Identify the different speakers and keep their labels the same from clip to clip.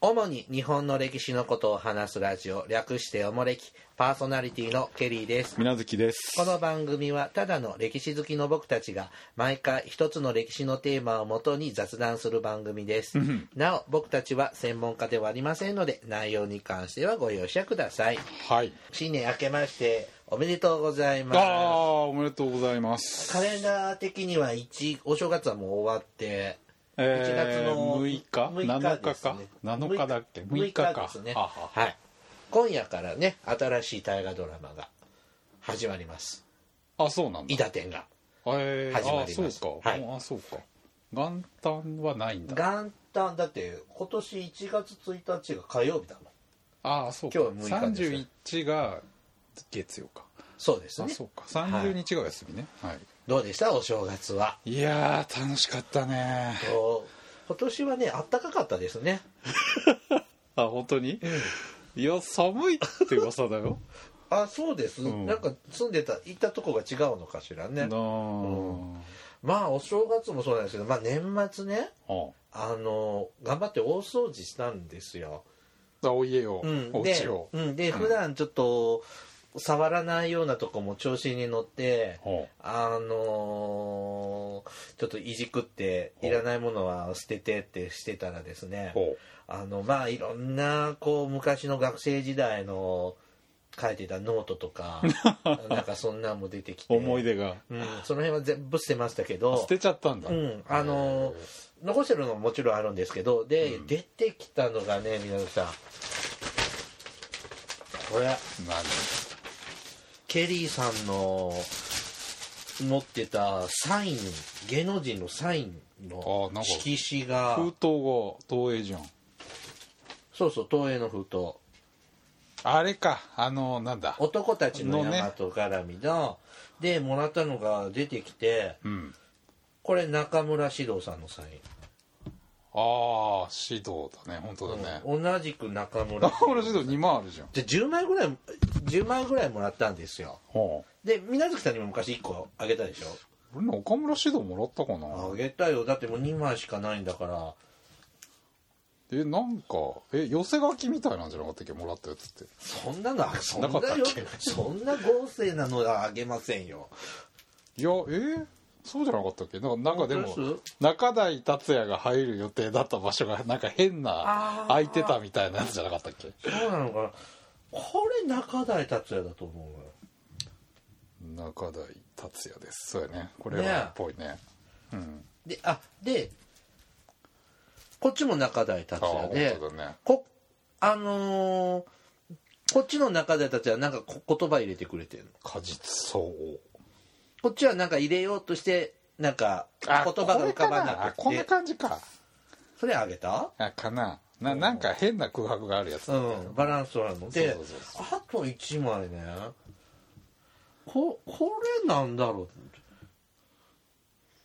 Speaker 1: 主に日本の歴史のことを話すラジオ略しておもれきパーソナリティのケリーです
Speaker 2: 水無月です
Speaker 1: この番組はただの歴史好きの僕たちが毎回一つの歴史のテーマをもとに雑談する番組です、なお僕たちは専門家ではありませんので内容に関してはご容赦ください
Speaker 2: はい
Speaker 1: 新年明けましておめでとうござい
Speaker 2: ああ
Speaker 1: ま
Speaker 2: おめでとうございますす
Speaker 1: カレンダー的には1お正月はもう終わって1月
Speaker 2: えー
Speaker 1: の
Speaker 2: 6日7日か7日だっけ
Speaker 1: 6
Speaker 2: 6
Speaker 1: 日
Speaker 2: 日か
Speaker 1: ですね
Speaker 2: はは
Speaker 1: はい今夜からね新しい大河ドラマが始まります
Speaker 2: あそうなんだ
Speaker 1: 伊達天が
Speaker 2: えー
Speaker 1: 始まります
Speaker 2: あそうか、
Speaker 1: はい
Speaker 2: もうあそうか元旦はないんだ
Speaker 1: 元旦だって今年1月1日が火曜日だもん
Speaker 2: ああそうか
Speaker 1: 今日は6日ですよ
Speaker 2: 31が月曜か
Speaker 1: そうです
Speaker 2: あ
Speaker 1: ね
Speaker 2: そうか30日が休みねはい、、
Speaker 1: どうでしたお正月はい
Speaker 2: やー楽しかったね
Speaker 1: お今年はねあったかかったですね
Speaker 2: あ本当に、いや寒いって噂だよ
Speaker 1: あそうです、
Speaker 2: うん
Speaker 1: なんか住んでた行ったとこが違うのかしら
Speaker 2: な あ
Speaker 1: ね、まあお正月もそうなんですけど、まあ、年末ね
Speaker 2: あ
Speaker 1: あの頑張って大掃除したんですよ、
Speaker 2: あお家を、
Speaker 1: うん、
Speaker 2: お
Speaker 1: で
Speaker 2: 家を、
Speaker 1: うん、で普段ちょっと触らないようなとこも調子に乗って、
Speaker 2: ほう
Speaker 1: あのーちょっといじくっていらないものは捨ててってしてたらですね
Speaker 2: ほ
Speaker 1: あのまあいろんなこう昔の学生時代の書いてたノートと かなんかそんなんも出てき
Speaker 2: う
Speaker 1: て
Speaker 2: 思い出が
Speaker 1: うん、その辺は全部捨てましたけ
Speaker 2: 捨
Speaker 1: ど
Speaker 2: てちゃったんだ、
Speaker 1: うん、あの残してるのももちろんあるんですけどで、出てきたのがね皆さんこれ
Speaker 2: 何
Speaker 1: ケリーさんの持ってたサイン芸能人のサインの
Speaker 2: あなんか
Speaker 1: 色紙が
Speaker 2: 封筒が投影じゃん
Speaker 1: そうそう東映の封筒
Speaker 2: あれかあのなんだ
Speaker 1: 男たちの
Speaker 2: のね
Speaker 1: 山と絡みのでもらったのが出てきて
Speaker 2: うん
Speaker 1: これ中村獅童さんのサイン、
Speaker 2: ああ指導だね本当だね、
Speaker 1: 同じく中村
Speaker 2: 中村指導2万あるじゃん
Speaker 1: で10枚ぐらい10枚ぐらいもらったんですよ
Speaker 2: ほ
Speaker 1: で水月さんにも昔1個あげたでしょ
Speaker 2: う俺中村指導もらったか
Speaker 1: あ
Speaker 2: な
Speaker 1: げたよだってもう2枚しかないんだから
Speaker 2: えなんかえ寄せ書きみたいなんじゃなかったっけもらったやつって
Speaker 1: そんなのそんな
Speaker 2: なか
Speaker 1: よ
Speaker 2: ったっけ
Speaker 1: そんな豪勢なのはあげませんよ
Speaker 2: いやえーそうじゃなかったっけなんかなんかでも
Speaker 1: 本当で
Speaker 2: 中台達也が入る予定だった場所がなんか変
Speaker 1: あ
Speaker 2: な
Speaker 1: ー
Speaker 2: 空いてたみたいなやつじゃなかったっけ
Speaker 1: そうなのかなこれ中台達也だと思うよ
Speaker 2: 中台達也ですそうやねこれはっぽいねうん
Speaker 1: であでこっちも中台
Speaker 2: あ
Speaker 1: 達
Speaker 2: あ
Speaker 1: 也
Speaker 2: 本
Speaker 1: で
Speaker 2: 当だね
Speaker 1: こあのーこっちの中台達也はなんかこ言葉入れてくれてるの
Speaker 2: 果実草
Speaker 1: こっちはなんか入れようとしてなんか言
Speaker 2: あ
Speaker 1: 葉が浮かばなく
Speaker 2: これかあこんな
Speaker 1: て
Speaker 2: 感じか
Speaker 1: それあげた
Speaker 2: あかなななんか変な空白があるやつ
Speaker 1: う
Speaker 2: だね
Speaker 1: んバランス取らんので
Speaker 2: そうそうそ
Speaker 1: あと1枚ねここれなんだろう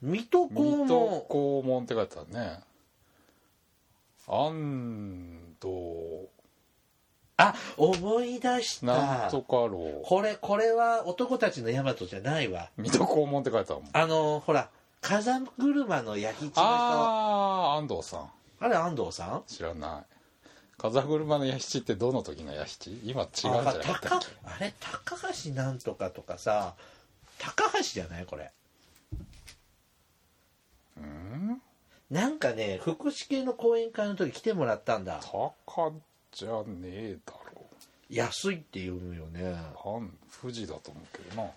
Speaker 1: 水戸黄
Speaker 2: 水戸
Speaker 1: 門
Speaker 2: 黄門って書いてあるね安藤
Speaker 1: あ思い出し
Speaker 2: なん
Speaker 1: た
Speaker 2: とかろ
Speaker 1: これこれは男たちの大和じゃないわ
Speaker 2: う水戸黄門って書いてあるもん
Speaker 1: あのほら風車の焼き地の人あ
Speaker 2: ああ安藤さん
Speaker 1: れ安藤さん
Speaker 2: 知らない風車の弥七ってどの時の弥七今違うんじゃなか
Speaker 1: あ
Speaker 2: った
Speaker 1: 高
Speaker 2: っけ
Speaker 1: あれ高橋なんとかとかさ高橋じゃないこれ
Speaker 2: うん
Speaker 1: なんかね福祉系の講演会の時来てもらったんだ
Speaker 2: 高じゃねえだろ
Speaker 1: 安いって読むよね
Speaker 2: う安富士だと思うけどな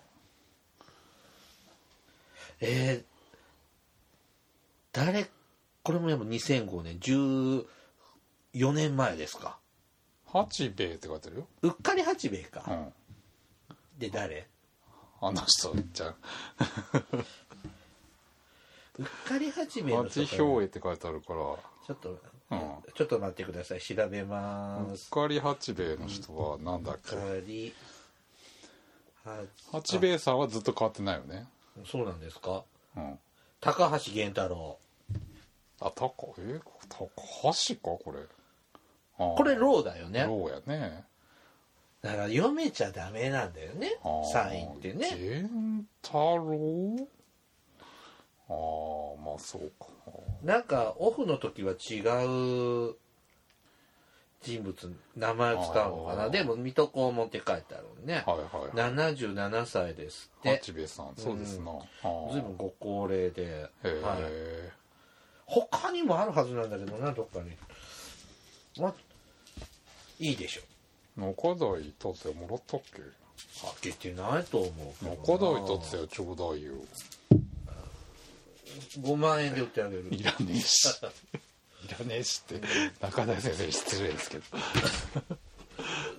Speaker 1: えー、誰これもやっぱ2005年14年前ですか
Speaker 2: 八兵衛って書いてあるよ、
Speaker 1: うっかり八兵衛か、
Speaker 2: うん、
Speaker 1: で誰
Speaker 2: あの人 じゃん
Speaker 1: うっかり八兵衛の人
Speaker 2: 八
Speaker 1: か
Speaker 2: 兵衛って書いてあるから
Speaker 1: ちょっと、
Speaker 2: うん
Speaker 1: ちょっと待ってください調べま
Speaker 2: うっ
Speaker 1: す
Speaker 2: かり八兵衛の人はなんだっ
Speaker 1: う
Speaker 2: け
Speaker 1: っかり八
Speaker 2: 八兵衛さんはずっと変わってないよね、
Speaker 1: そうなんですか
Speaker 2: うん、
Speaker 1: 高橋源太郎
Speaker 2: あ高え高橋かこれあ
Speaker 1: これローだよね
Speaker 2: ローやね
Speaker 1: だから読めちゃダメなんだよね
Speaker 2: あー
Speaker 1: サインってね
Speaker 2: 源太郎ああまあそうか
Speaker 1: なんかオフの時は違う人物名前を使うのかな
Speaker 2: あー
Speaker 1: でも水戸黄門って書いてあるね、
Speaker 2: はいはいはい
Speaker 1: 77歳ですって
Speaker 2: 八兵衛さんそうですな、あー
Speaker 1: 随分ご高齢で、
Speaker 2: へ
Speaker 1: はい、
Speaker 2: え、
Speaker 1: 他にもあるはずなんだけどなどっかにまいいでしょ
Speaker 2: 中台達也もらったっけ
Speaker 1: 開けてないと思うけ
Speaker 2: 中
Speaker 1: ど
Speaker 2: 台
Speaker 1: な
Speaker 2: 達也ちょうだいよ
Speaker 1: 5万円で売ってあげる
Speaker 2: いらねえし いらねえしって中台先生失礼ですけど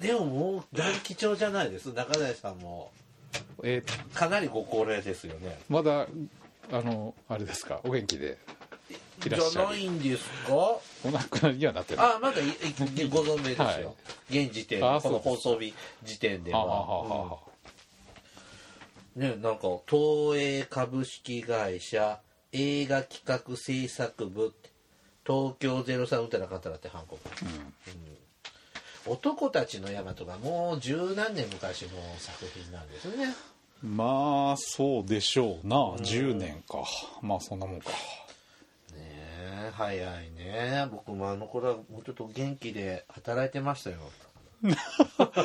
Speaker 1: でももう大貴重じゃないです中谷さんも
Speaker 2: えー
Speaker 1: かなりご高齢ですよね
Speaker 2: まだあのあれですかお元気でい
Speaker 1: じ
Speaker 2: らっしゃ
Speaker 1: ゃな
Speaker 2: る
Speaker 1: いんですか
Speaker 2: お亡くなりにはなってない
Speaker 1: あまだいいご存命ですよ、
Speaker 2: はい
Speaker 1: 現時点
Speaker 2: あ
Speaker 1: でこの放
Speaker 2: そうです
Speaker 1: 送日時点で
Speaker 2: あ
Speaker 1: は
Speaker 2: はははは
Speaker 1: ねなんか東映株式会社映画企画制作部って東京03みたいな方だって韓国、うん男たちの山とかもう十何年昔の作品なんですね
Speaker 2: まあそうでしょうな10年かまあそんなも んか
Speaker 1: ねえ早いね僕もあの頃はもうちょっと元気で働いてましたよ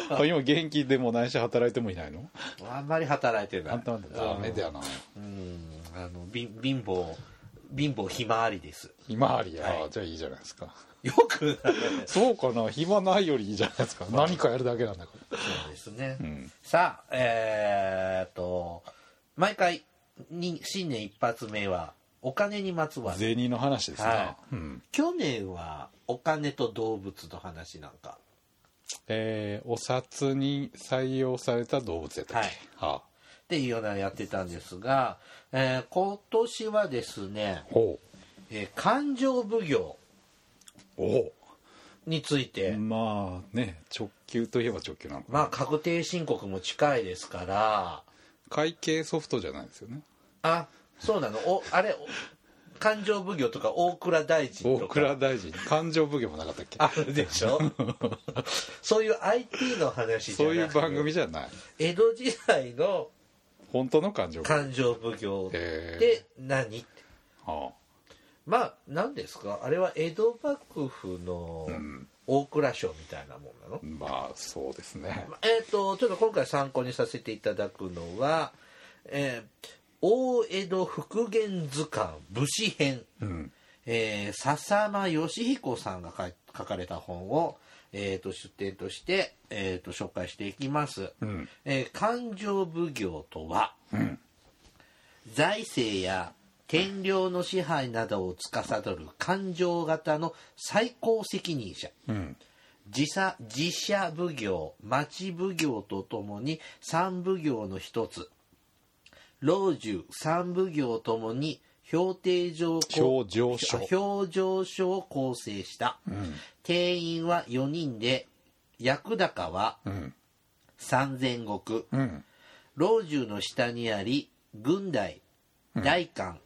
Speaker 2: あ今元気でもないし働いてもいないの
Speaker 1: あんまり働いてない
Speaker 2: あんたはダメだよな
Speaker 1: うんあの貧貧乏貧乏ひまわりです
Speaker 2: ひまわりや、
Speaker 1: はい
Speaker 2: じゃあいいじゃないですか
Speaker 1: よくない
Speaker 2: そうかな暇ないよりいいじゃないですか何かやるだけなんだから
Speaker 1: そうですね、
Speaker 2: ん
Speaker 1: さあえー、っと毎回に新年一発目はお金にまつわる
Speaker 2: 銭の話ですな、
Speaker 1: は
Speaker 2: うん
Speaker 1: 去年はお金と動物の話なんか
Speaker 2: えーお札に採用された動物やったっけ、はあ
Speaker 1: っていうようなのやってたんですが、えー今年はですね、
Speaker 2: ほ
Speaker 1: えー勘定奉行
Speaker 2: うおう
Speaker 1: について、
Speaker 2: まあね直球といえば直球なのかな、
Speaker 1: まあ確定申告も近いですから
Speaker 2: 会計ソフトじゃないですよね
Speaker 1: あそうなのおあれお勘定奉行とか大倉大臣
Speaker 2: 大
Speaker 1: とか
Speaker 2: 蔵大臣勘定奉行もなかったっけ
Speaker 1: あるでしょそういう IT の話じゃ
Speaker 2: そうい
Speaker 1: な
Speaker 2: う
Speaker 1: く
Speaker 2: 番組じゃない
Speaker 1: 江戸時代の
Speaker 2: 本当の勘定奉行
Speaker 1: 勘定奉行っ
Speaker 2: へ
Speaker 1: て何、
Speaker 2: あ
Speaker 1: まあ何ですかあれは江戸幕府の大蔵省みたいなもんなの、
Speaker 2: あまあそうですね
Speaker 1: まあえっ、とちょっと今回参考にさせていただくのは、えー大江戸復元図鑑武士編、
Speaker 2: うん
Speaker 1: えー笹間義彦さんが書い書かれた本を、えー、と出典として、えー、と紹介していきます。
Speaker 2: ん
Speaker 1: えー勘定奉行とは、
Speaker 2: ん
Speaker 1: 財政や天領の支配などを司る勘定型の最高責任者。
Speaker 2: うん
Speaker 1: 自社自社奉行町奉行とともに三奉行の一つ老中三奉行ともに評定上
Speaker 2: 評定所
Speaker 1: 表情書を構成した、定員は4人で役高は
Speaker 2: うん
Speaker 1: 3000石、
Speaker 2: うん
Speaker 1: 老中の下にあり軍隊代官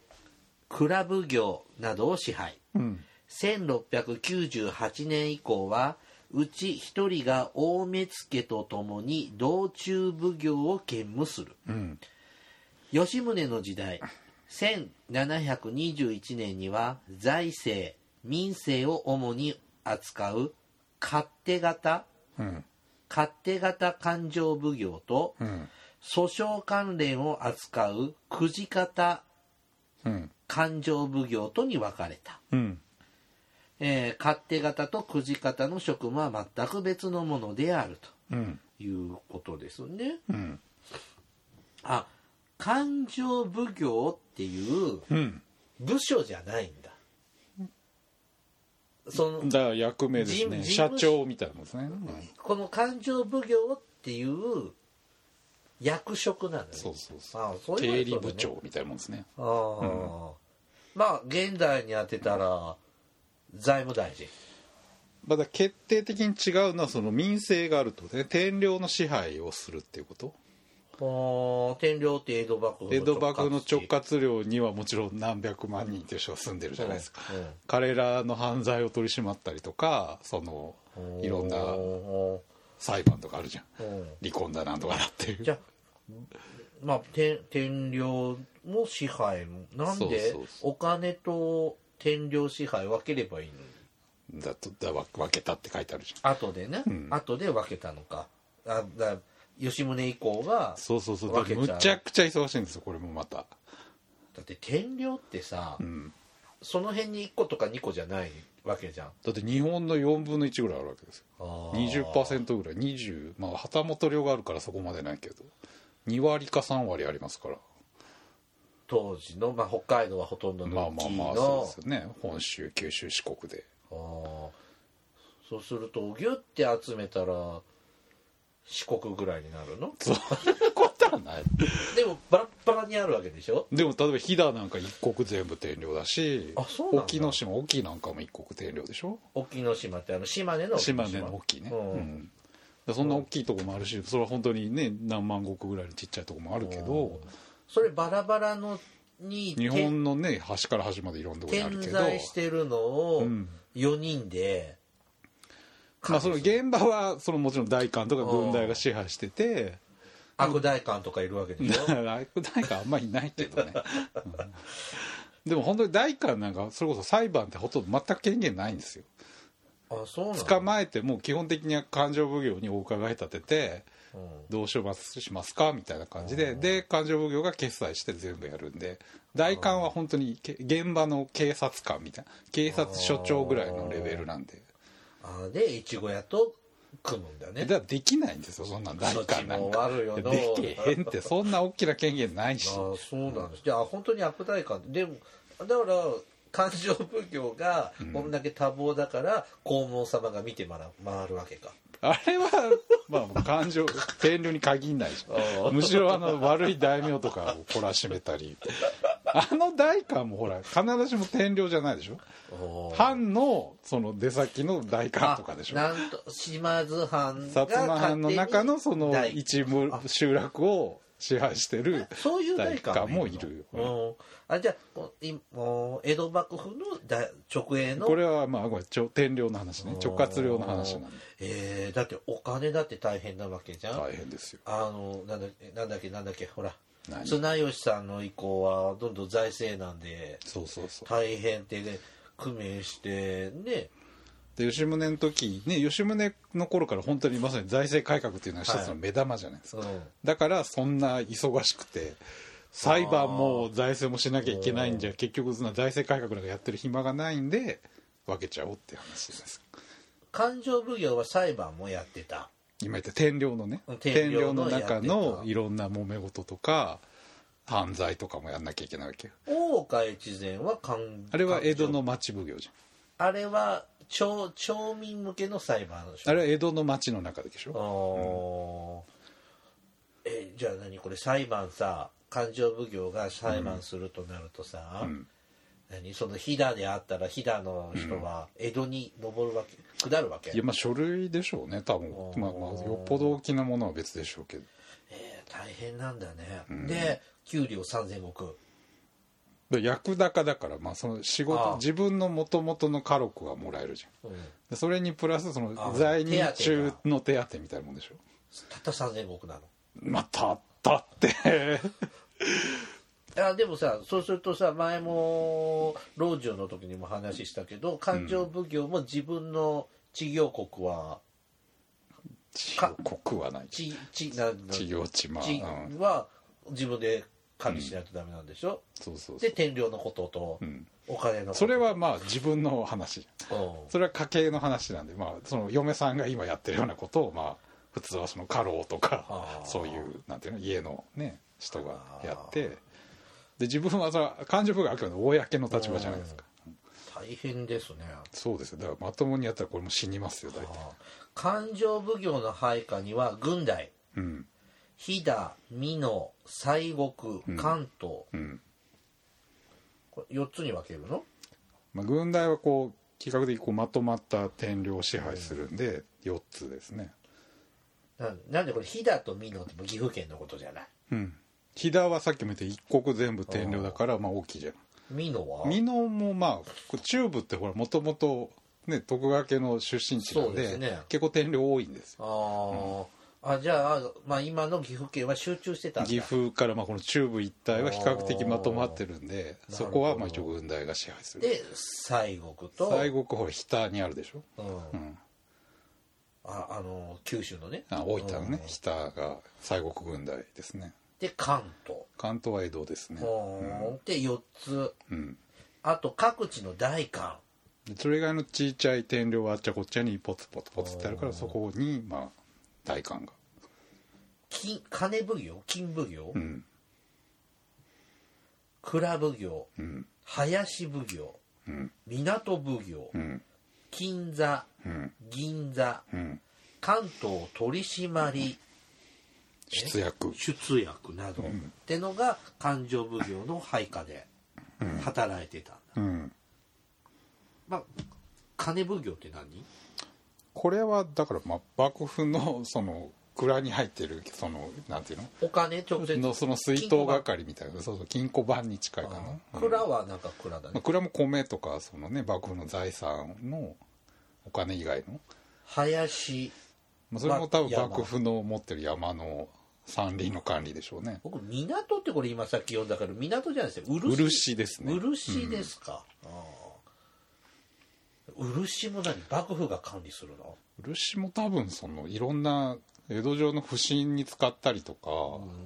Speaker 1: 蔵奉行などを支配、
Speaker 2: うん
Speaker 1: 1698年以降はうち一人が大目付とともに道中奉行を兼務する、
Speaker 2: ん
Speaker 1: 吉宗の時代1721年には財政民政を主に扱う勝手型
Speaker 2: うん
Speaker 1: 勝手型勘定奉行と
Speaker 2: うん
Speaker 1: 訴訟関連を扱うくじ型
Speaker 2: うん
Speaker 1: 勘定奉行とに分かれた
Speaker 2: うん
Speaker 1: えー勝手型とくじ型の職務は全く別のものである
Speaker 2: うん
Speaker 1: ということですね。
Speaker 2: うん
Speaker 1: あ勘定奉行っていう
Speaker 2: うん
Speaker 1: 部署じゃないんだ。その
Speaker 2: だから役名ですね
Speaker 1: 事務
Speaker 2: 社長みたいなもんですね、
Speaker 1: この勘定奉行っていう役職なんだよね
Speaker 2: そうそうそう
Speaker 1: あそう
Speaker 2: 経
Speaker 1: いう
Speaker 2: 理
Speaker 1: こと
Speaker 2: 部
Speaker 1: ね
Speaker 2: 長みたいなもんですね
Speaker 1: あーまあ現代に当てたら財務大臣。
Speaker 2: まだ決定的に違うのはその民政があるってことね天領の支配をするっていうこと
Speaker 1: おー天領って江戸幕府
Speaker 2: 江戸幕府の
Speaker 1: 地
Speaker 2: 直轄領にはもちろん何百万人という人が住んでるじゃないですか、
Speaker 1: うんうん
Speaker 2: 彼らの犯罪を取り締まったりとかそのいろんな
Speaker 1: お
Speaker 2: 裁判とかあるじゃん
Speaker 1: ーうん
Speaker 2: 離婚だなんとかだっていう
Speaker 1: じゃあまあ天天領も支配もなんで
Speaker 2: そうそうそ
Speaker 1: お金と天領支配分ければいいの
Speaker 2: だとだわ分けたって書いてあるじゃん
Speaker 1: 後でね、
Speaker 2: うん
Speaker 1: 後で分けたのかあだ吉宗以降が
Speaker 2: そうそうそう
Speaker 1: 分けちゃう
Speaker 2: むちゃくちゃ忙しいんですよこれもまた
Speaker 1: だって天領ってさ、
Speaker 2: うん
Speaker 1: その辺に1個とか2個じゃないわけじゃん
Speaker 2: だって日本の4分の1ぐらいあるわけですよ
Speaker 1: あー
Speaker 2: 20%ぐらい20まあ旗本量があるからそこまでないけど2割か3割ありますから
Speaker 1: 当時の、まあ、北海道はほとんど
Speaker 2: まあ
Speaker 1: の
Speaker 2: まあ
Speaker 1: 地
Speaker 2: まあそう
Speaker 1: の
Speaker 2: ですよね本州九州四国で
Speaker 1: あーそうするとギュッて集めたら四国ぐらいになるの
Speaker 2: そんなことはない
Speaker 1: でもバラッバラにあるわけでしょ
Speaker 2: でも例えば飛騨なんか一国全部天領だし
Speaker 1: あそうなんだ
Speaker 2: 沖ノ島沖なんかも一国天領でしょ
Speaker 1: 沖ノ島ってあの島根の沖
Speaker 2: 島
Speaker 1: ノ
Speaker 2: 根の沖ね、
Speaker 1: う
Speaker 2: うん
Speaker 1: ん
Speaker 2: でそんな大きいとこもあるしそれは本当にね何万石ぐらいのちっちゃいとこもあるけど
Speaker 1: それバラバラのに
Speaker 2: 日
Speaker 1: て
Speaker 2: 本のね端から端までいろんなとこにある
Speaker 1: 点
Speaker 2: けど
Speaker 1: 在してるのを
Speaker 2: ん
Speaker 1: 4人で、
Speaker 2: まあその現場はそのもちろん大官とか軍隊が支配してて
Speaker 1: 悪大官とかいるわけでしょ、
Speaker 2: ライフ大官あんまりいないけどね、うんでも本当に大官なんかそれこそ裁判ってほとんど全く権限ないんですよ
Speaker 1: あそうなの
Speaker 2: 捕まえてもう基本的には勘定奉行にお伺い立てて
Speaker 1: うん
Speaker 2: どうしますしますかみたいな感じでで勘定奉行が決済して全部やるんで大官は本当にけ現場の警察官みたいな警察署長ぐらいのレベルなんで
Speaker 1: あでいちご屋と組むんだね
Speaker 2: だからできないんですよそんなん大官なんか
Speaker 1: そっちも悪いよな
Speaker 2: できへんってそんな大きな権限ないし
Speaker 1: あーそうなんです、じゃあ本当に悪大官でもだから勘定奉行がこんだけ多忙だから、黄門様が見てまら回るわけか
Speaker 2: あれはまあ感情天領に限んないじ
Speaker 1: あ
Speaker 2: ゃんむしろあの悪い大名とかを懲らしめたりあの代官もほら必ずしも天領じゃないでしょ
Speaker 1: おー
Speaker 2: 藩のその出先の代官とかでしょ
Speaker 1: あなんと島津藩が
Speaker 2: 薩摩藩の中のその
Speaker 1: 勝手に
Speaker 2: 一部集落を支配してる
Speaker 1: そういう大
Speaker 2: 代官
Speaker 1: 官
Speaker 2: もいる
Speaker 1: のうんあじゃあこいもう江戸幕府の大直営の
Speaker 2: これはまあごめんちょ天領の話ね直轄領の話なんで
Speaker 1: えーだってお金だって大変なわけじゃん、
Speaker 2: 大変ですよ
Speaker 1: あのなんだなんだっけなんだっけほら
Speaker 2: 何
Speaker 1: 綱吉さんの意向はどんどん財政なんで
Speaker 2: そうそうそう
Speaker 1: 大変ってね工面してね
Speaker 2: で吉宗の時ね吉宗の頃から本当にまさに財政改革っていうのが一つの目玉じゃないですか、
Speaker 1: うん
Speaker 2: だからそんな忙しくて裁判も財政もしなきゃいけないんじゃ結局そんな財政改革なんかやってる暇がないんで分けちゃおうっていう話です
Speaker 1: 勘定奉行は裁判もやってた
Speaker 2: 今言った天領のね
Speaker 1: 天
Speaker 2: 天
Speaker 1: 領
Speaker 2: 領
Speaker 1: の
Speaker 2: の中
Speaker 1: やって
Speaker 2: の
Speaker 1: た
Speaker 2: いろんな揉め事とか犯罪とかもやんなきゃいけないわけよ
Speaker 1: 大岡越前は勘
Speaker 2: あれは江戸
Speaker 1: 勘定
Speaker 2: の町奉行じ
Speaker 1: あれは町町民向けの裁判でし
Speaker 2: ゃん
Speaker 1: ょ
Speaker 2: あれは江戸の町の中でし
Speaker 1: あ
Speaker 2: ょ
Speaker 1: ーえじゃあ何これ裁判さ勘定奉行が裁判するとなるとさ、
Speaker 2: ん
Speaker 1: 何その飛騨であったら飛騨の人は江戸に登るわけ下るわけ
Speaker 2: いやまあ書類でしょうね多分
Speaker 1: おー
Speaker 2: まあまあよっぽど大きなものは別でしょうけど
Speaker 1: えー大変なんだね、で給料3000石
Speaker 2: で役高だから、まあ、その仕
Speaker 1: ああ
Speaker 2: 事自分のもともとの家禄がもらえるじゃん
Speaker 1: うん
Speaker 2: でそれにプラスその
Speaker 1: ああ
Speaker 2: 在任
Speaker 1: 手
Speaker 2: 中
Speaker 1: 当が
Speaker 2: の手当みたいなもんでしょ
Speaker 1: たった3000石なの
Speaker 2: まあたったって
Speaker 1: あでもさそうするとさ前も老中の時にも話したけど勘定奉行も自分の事業国は、
Speaker 2: 地
Speaker 1: か
Speaker 2: 国はない
Speaker 1: ちちなんだ
Speaker 2: 地業地まあ、
Speaker 1: 地
Speaker 2: うん
Speaker 1: は自分で管理しないとダメなんでしょ、
Speaker 2: そうそうそう
Speaker 1: で天領のことと
Speaker 2: ん
Speaker 1: お金のこと
Speaker 2: それはまあ自分の話
Speaker 1: うん
Speaker 2: それは家計の話なんで、まあ、その嫁さんが今やってるようなことをまあ普通はその家老と
Speaker 1: あ
Speaker 2: か
Speaker 1: あ
Speaker 2: そういうなんていうの家のね人がやってで自分はさ勘定部があくまで公の立場じゃないですか
Speaker 1: 大変ですね
Speaker 2: そうですよだからまともにやったらこれも死にますよ大体
Speaker 1: あ勘定奉行の配下には軍隊
Speaker 2: うん
Speaker 1: 飛騨美濃西国関東、
Speaker 2: うん、
Speaker 1: これ4つに分けるの
Speaker 2: まあ、軍隊はこう比較的こうまとまった天領を支配するんで4つですね
Speaker 1: なんなんでこれ飛騨と美濃って岐阜県のことじゃない
Speaker 2: うん飛騨はさっきも言った一国全部天領だからまあ大きいじゃん
Speaker 1: 美濃は
Speaker 2: 美濃もまあこう中部ってほらもともとね徳川家の出身地な
Speaker 1: そうんで
Speaker 2: です
Speaker 1: ね
Speaker 2: 結構天領多いんですよ
Speaker 1: ああ、あじゃあ、まあ、今の岐阜県は集中してたんだ
Speaker 2: 岐阜からまあこの中部一帯は比較的まとまってるんでそこはまあ一応軍隊が支配する
Speaker 1: で西国と
Speaker 2: 西国ほら北にあるでしょ、
Speaker 1: うん
Speaker 2: うん、
Speaker 1: ああの九州のね
Speaker 2: あ大分のね
Speaker 1: うん
Speaker 2: 北が西国軍隊ですね
Speaker 1: で関東、
Speaker 2: 関東は江戸ですね、
Speaker 1: うんで4つ
Speaker 2: うん、
Speaker 1: あと各地の大官
Speaker 2: でそれ以外のちいちゃい天領はあっちゃこっちゃにポツポツポツってあるからそこにまあ大官が
Speaker 1: 金金奉行金奉行、
Speaker 2: うん
Speaker 1: 蔵奉行
Speaker 2: うん
Speaker 1: 林奉行
Speaker 2: うん
Speaker 1: 港奉行
Speaker 2: うん
Speaker 1: 金座
Speaker 2: うん
Speaker 1: 銀座
Speaker 2: うん
Speaker 1: 関東取締
Speaker 2: 出役
Speaker 1: 出役など、ってのが勘定奉行の配下で働いてたんだ、
Speaker 2: うん
Speaker 1: まあ金奉行って何
Speaker 2: これはだからまあ幕府のその蔵に入ってるそのなんていうの
Speaker 1: お金直接
Speaker 2: のその水筒係みたいなそうそう金庫番に近いかな、うん
Speaker 1: 蔵はなんか蔵だ
Speaker 2: ま
Speaker 1: ね
Speaker 2: あ、蔵も米とかそのね幕府の財産のお金以外の、
Speaker 1: 林
Speaker 2: まあ、それも多分
Speaker 1: まあ山
Speaker 2: 幕府の持ってる山の山林の管理でしょうね
Speaker 1: 僕港ってこれ今さっき読んだから港じゃないですよ漆
Speaker 2: 漆ですね
Speaker 1: 漆ですか、ああ漆も何幕府が管理するの
Speaker 2: 漆も多分そのいろんな江戸城の不審に使ったりとか、う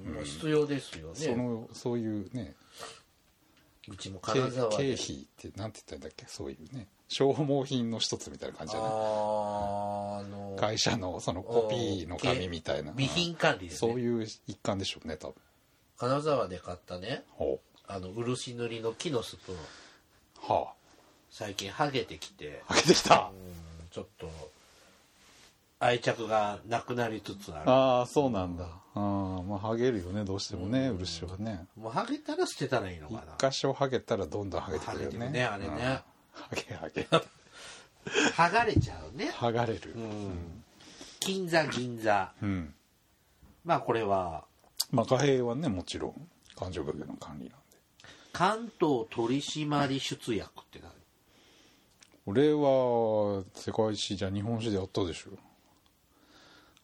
Speaker 2: ん
Speaker 1: もう必要ですよ
Speaker 2: そ
Speaker 1: ね
Speaker 2: のそういうね
Speaker 1: うちも
Speaker 2: 経
Speaker 1: 金沢
Speaker 2: 経
Speaker 1: で
Speaker 2: 費ってなんて言ったんだっけそういうね消耗品の一つみたいな感じじゃない
Speaker 1: あーあの
Speaker 2: 会社のそのコピーの紙みたいな
Speaker 1: 備品管理です
Speaker 2: そう
Speaker 1: ね
Speaker 2: いう一環でしょうね多分
Speaker 1: 金沢で買ったね
Speaker 2: ほ
Speaker 1: あの漆塗りの木のスプーン
Speaker 2: うは
Speaker 1: 最近ハゲてきて
Speaker 2: あ開けてきた
Speaker 1: うんちょっと愛着がなくなりつつある
Speaker 2: ああそうなんだあーまあハゲるよねどうしてもね漆はね
Speaker 1: もうハゲたら捨てたらいいのかな
Speaker 2: 一箇所ハゲたらどんどんハゲて
Speaker 1: ハ
Speaker 2: くる
Speaker 1: ゲ
Speaker 2: よ
Speaker 1: て
Speaker 2: ね
Speaker 1: るねあれ
Speaker 2: うん
Speaker 1: ね
Speaker 2: ハゲハゲ
Speaker 1: 剥がれちゃうね
Speaker 2: ハがれる
Speaker 1: 金座銀座
Speaker 2: うん
Speaker 1: まあこれは
Speaker 2: まあ貨幣はねもちろん勘定奉行の管理なんで
Speaker 1: 関東取締出役って何
Speaker 2: 俺は世界史じゃ日本史でやったでしょ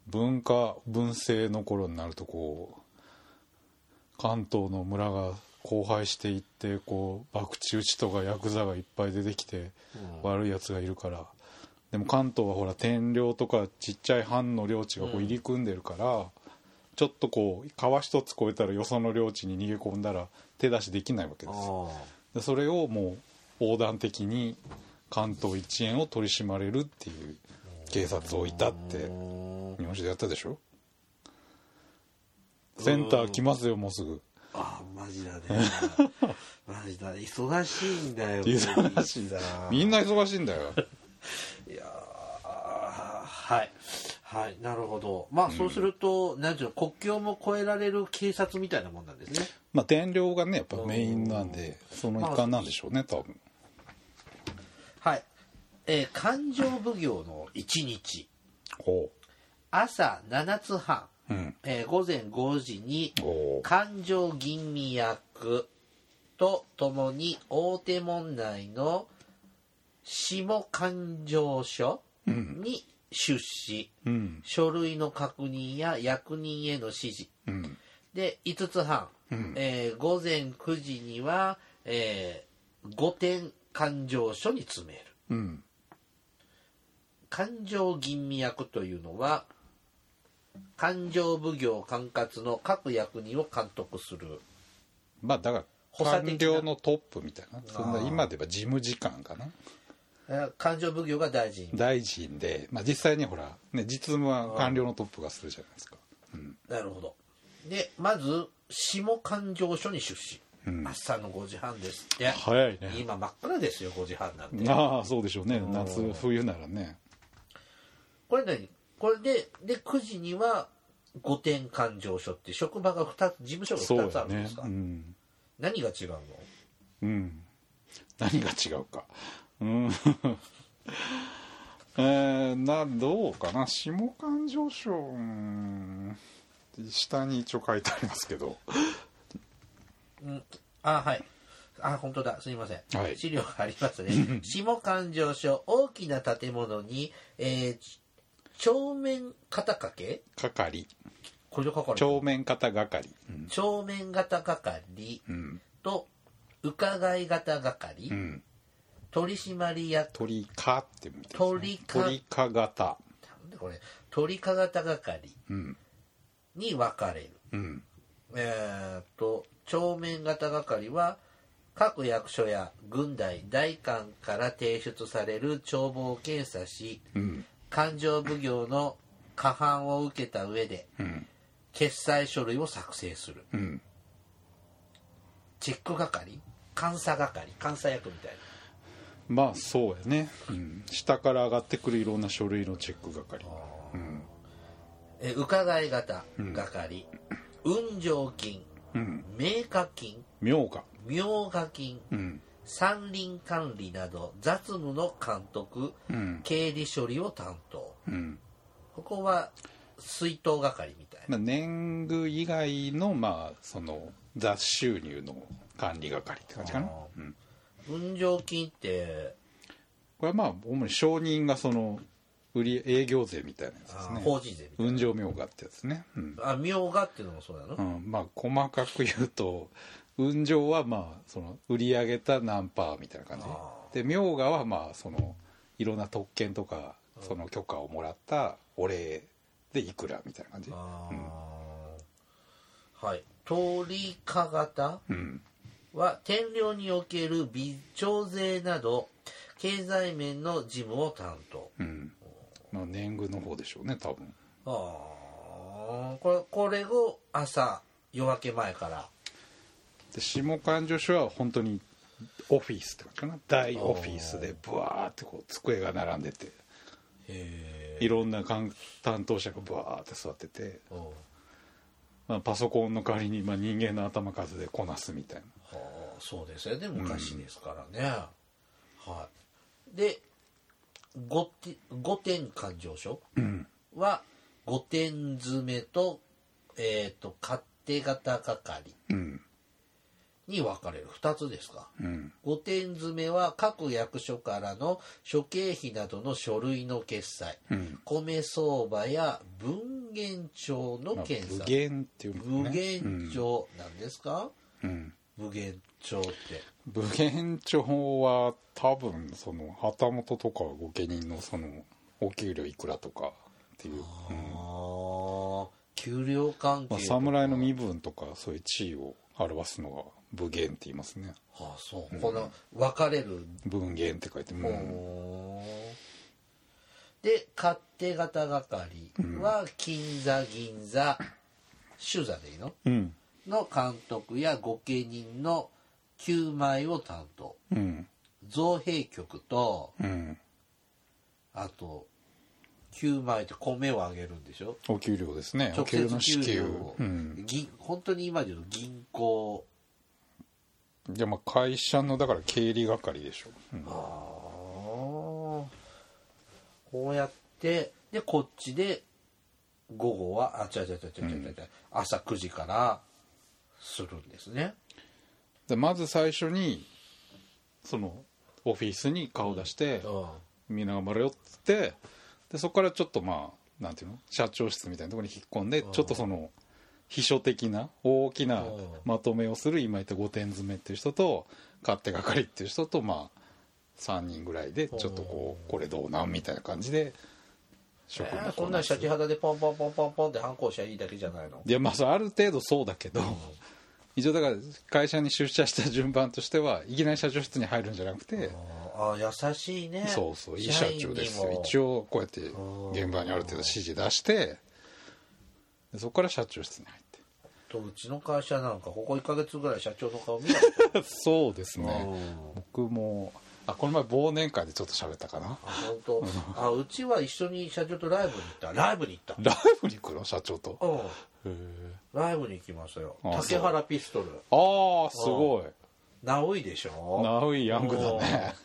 Speaker 2: 文化文政の頃になるとこう関東の村が荒廃していってこう博打打ちとかヤクザがいっぱい出てきて悪いやつがいるからでも関東はほら天領とかちっちゃい藩の領地がこう入り組んでるから、ちょっとこう川一つ越えたらよその領地に逃げ込んだら手出しできないわけですよ。でそれをもう横断的に関東一円を取り締まれるっていう警察をいたって日本史でやったでしょセンター来ますよもうすぐ
Speaker 1: ああマジ だねマジだ忙しいんだよ
Speaker 2: 忙し
Speaker 1: いだ
Speaker 2: みんな忙しいんだ よ
Speaker 1: はいはいなるほどまあそうすると、なんていうの国境も越えられる警察みたいなもんなんですね
Speaker 2: まあ天領がねやっぱメインなんでその一環なんでしょうね多分
Speaker 1: はいえー勘定奉行の1日
Speaker 2: お
Speaker 1: 朝7つ半、
Speaker 2: ううん
Speaker 1: えー午前5時に
Speaker 2: おお
Speaker 1: 環状吟味役とともに大手門内の下勘定所に出資、
Speaker 2: うん
Speaker 1: 書類の確認や役人への指示
Speaker 2: うん
Speaker 1: で5つ半、えー午前9時には、えー、御殿勘定所に詰める
Speaker 2: うん
Speaker 1: 勘定吟味役というのは勘定奉行管轄の各役人を監督する
Speaker 2: まあだから
Speaker 1: 補佐的な
Speaker 2: 官僚のトップみたいなそんな今では事務次官かな
Speaker 1: えー勘定奉行が大臣
Speaker 2: 大臣で、まあ、実際にほら、ね、実務は官僚のトップがするじゃないですか
Speaker 1: なるほどでまず下勘定所に出資、
Speaker 2: うん
Speaker 1: 朝の5時半ですって
Speaker 2: 早いね
Speaker 1: 今真っ暗ですよ5時半なんで
Speaker 2: ああそうでしょうね夏冬ならね
Speaker 1: これ何これでで9時には御殿勘定所って職場が2つ事務所
Speaker 2: そ
Speaker 1: が2
Speaker 2: う
Speaker 1: つあ
Speaker 2: や
Speaker 1: るんで
Speaker 2: ね
Speaker 1: すか、
Speaker 2: うん、
Speaker 1: 何が違うの
Speaker 2: うん、何が違うかうん えー、などうかな下勘定書うん下に一応書いてありますけど
Speaker 1: あはいあ本当だすみません、
Speaker 2: はい
Speaker 1: 資 料がありますね下勘定所大きな建物に、えー帳面肩掛け
Speaker 2: 係
Speaker 1: これで書かれてる
Speaker 2: 帳面型係うん
Speaker 1: 帳面型係
Speaker 2: うん
Speaker 1: と伺い型係、
Speaker 2: うん
Speaker 1: 取締役
Speaker 2: 鳥かってみたい
Speaker 1: 鳥か
Speaker 2: 鳥か型
Speaker 1: なんでこれ鳥か型係
Speaker 2: うん
Speaker 1: に分かれる
Speaker 2: うん
Speaker 1: えーっと帳面型係は各役所や軍隊大官から提出される帳簿を検査し
Speaker 2: うん
Speaker 1: 勘定奉行の過半を受けた上で
Speaker 2: うん
Speaker 1: 決裁書類を作成する
Speaker 2: うん
Speaker 1: チェック係監査係監査役みたい
Speaker 2: まあそうやね、うん、下から上がってくるいろんな書類のチェック係うん
Speaker 1: なえ伺い型係、運上金
Speaker 2: うん
Speaker 1: 名家金
Speaker 2: 妙か
Speaker 1: 明賀金
Speaker 2: うん
Speaker 1: 山林管理など雑務の監督
Speaker 2: うん
Speaker 1: 経理処理を担当
Speaker 2: うん
Speaker 1: ここは水筒係みたいな
Speaker 2: まあ、年貢以外のまあその雑収入の管理係って感じかな、
Speaker 1: あー
Speaker 2: うん、
Speaker 1: 運上金って、
Speaker 2: これはまあ主に商人がその売り営業税みたいなやつです
Speaker 1: あー
Speaker 2: ね
Speaker 1: 法人税みたい
Speaker 2: 運上名がってやつね、うん
Speaker 1: なあ明賀っていうのもそうなの、
Speaker 2: うん、まあ細かく言うと運上はまあその売り上げた何パーみたいな感
Speaker 1: あ
Speaker 2: じで名がはまあそのいろんな特権とかその許可をもらったお礼でいくらみたいな感じ
Speaker 1: あーはい鳥か型
Speaker 2: うん
Speaker 1: は天領における微徴税など経済面の事務を担当
Speaker 2: うんまあ年貢の方でしょうね多分
Speaker 1: ああこれこれを朝夜明け前から
Speaker 2: で下勘定所は本当にオフィスって感じかな大オフィスでブワーってこう机が並んでていろんな官担当者がブワーって座ってて、
Speaker 1: うんは
Speaker 2: まあ、パソコンの代わりにまあ人間の頭数でこなすみたい
Speaker 1: あ
Speaker 2: な
Speaker 1: そうですよね昔ですからね、はいで御殿御殿勘定所は御殿詰めと,、えー、と勝手型係
Speaker 2: うん
Speaker 1: に分かれる2つですか
Speaker 2: うん
Speaker 1: 御殿詰めは各役所からの諸経費などの書類の決済、
Speaker 2: うん
Speaker 1: 米相場や文言帳の
Speaker 2: まあ
Speaker 1: 検査、
Speaker 2: 無限っていうの
Speaker 1: 無
Speaker 2: ね
Speaker 1: 限帳なんですか、
Speaker 2: うんうん
Speaker 1: 無限帳って
Speaker 2: 無限帳は多分その旗本とか御家人のそのお給料いくらとかっていう、うん
Speaker 1: ああ給料関係
Speaker 2: まあ、侍の身分とかそういう地位を表すのが武芸って言いますね
Speaker 1: あそう、この分かれる、
Speaker 2: 文芸って書いてうん
Speaker 1: ほうで勝手型係は金座銀座主座でいいの
Speaker 2: うん
Speaker 1: の監督や御家人の9枚を担当
Speaker 2: うん
Speaker 1: 造幣局と
Speaker 2: うん
Speaker 1: あと9枚って米をあげるんでしょ
Speaker 2: お給料ですねお
Speaker 1: 直
Speaker 2: 給
Speaker 1: 接
Speaker 2: 料の支
Speaker 1: 給
Speaker 2: 給
Speaker 1: 料を、
Speaker 2: うん
Speaker 1: 銀本当に今で言うと銀行
Speaker 2: じゃあまあ会社のだから経理係でしょ、うん
Speaker 1: あーこうやってでこっちで午後はあ違う違う違う違う違う違う、朝9時からするんですね
Speaker 2: でまず最初にそのオフィスに顔出して
Speaker 1: うん
Speaker 2: 「みんな頑張れよ」っつってでそこからちょっとまあなんていうの社長室みたいなところに引っ込んでちょっとその秘書的な大きな
Speaker 1: うん
Speaker 2: まとめをする今言った五点詰めっていう人と勝手係っていう人とまあ3人ぐらいでちょっとこうこれどうなんみたいな感じで職
Speaker 1: えー
Speaker 2: 務
Speaker 1: こんなんシャチ肌でポンポンポンポンポンって反抗しゃいいだけじゃないの
Speaker 2: いやまあそれある程度そうだけど一応だから会社に出社した順番としてはいきなり社長室に入るんじゃなくて
Speaker 1: あー優しいね
Speaker 2: そうそういい社長ですよ一
Speaker 1: 応
Speaker 2: 応こうやって現場にある程度指示出してでそこから社長室に入っ
Speaker 1: とうちの会社なんかここ1か月ぐらい社長の顔見ない
Speaker 2: て そうです
Speaker 1: う
Speaker 2: ね
Speaker 1: ん
Speaker 2: 僕もあこの前忘年会でちょっと喋ったかな
Speaker 1: あ本当あうちは一緒に社長とライブに行ったライブに行った
Speaker 2: ライブに来るの社長と
Speaker 1: うん
Speaker 2: へえ
Speaker 1: ライブに行きましたよ
Speaker 2: あ
Speaker 1: 竹原ピストル
Speaker 2: ああすごい
Speaker 1: ナウイでしょ
Speaker 2: ナウイヤングだね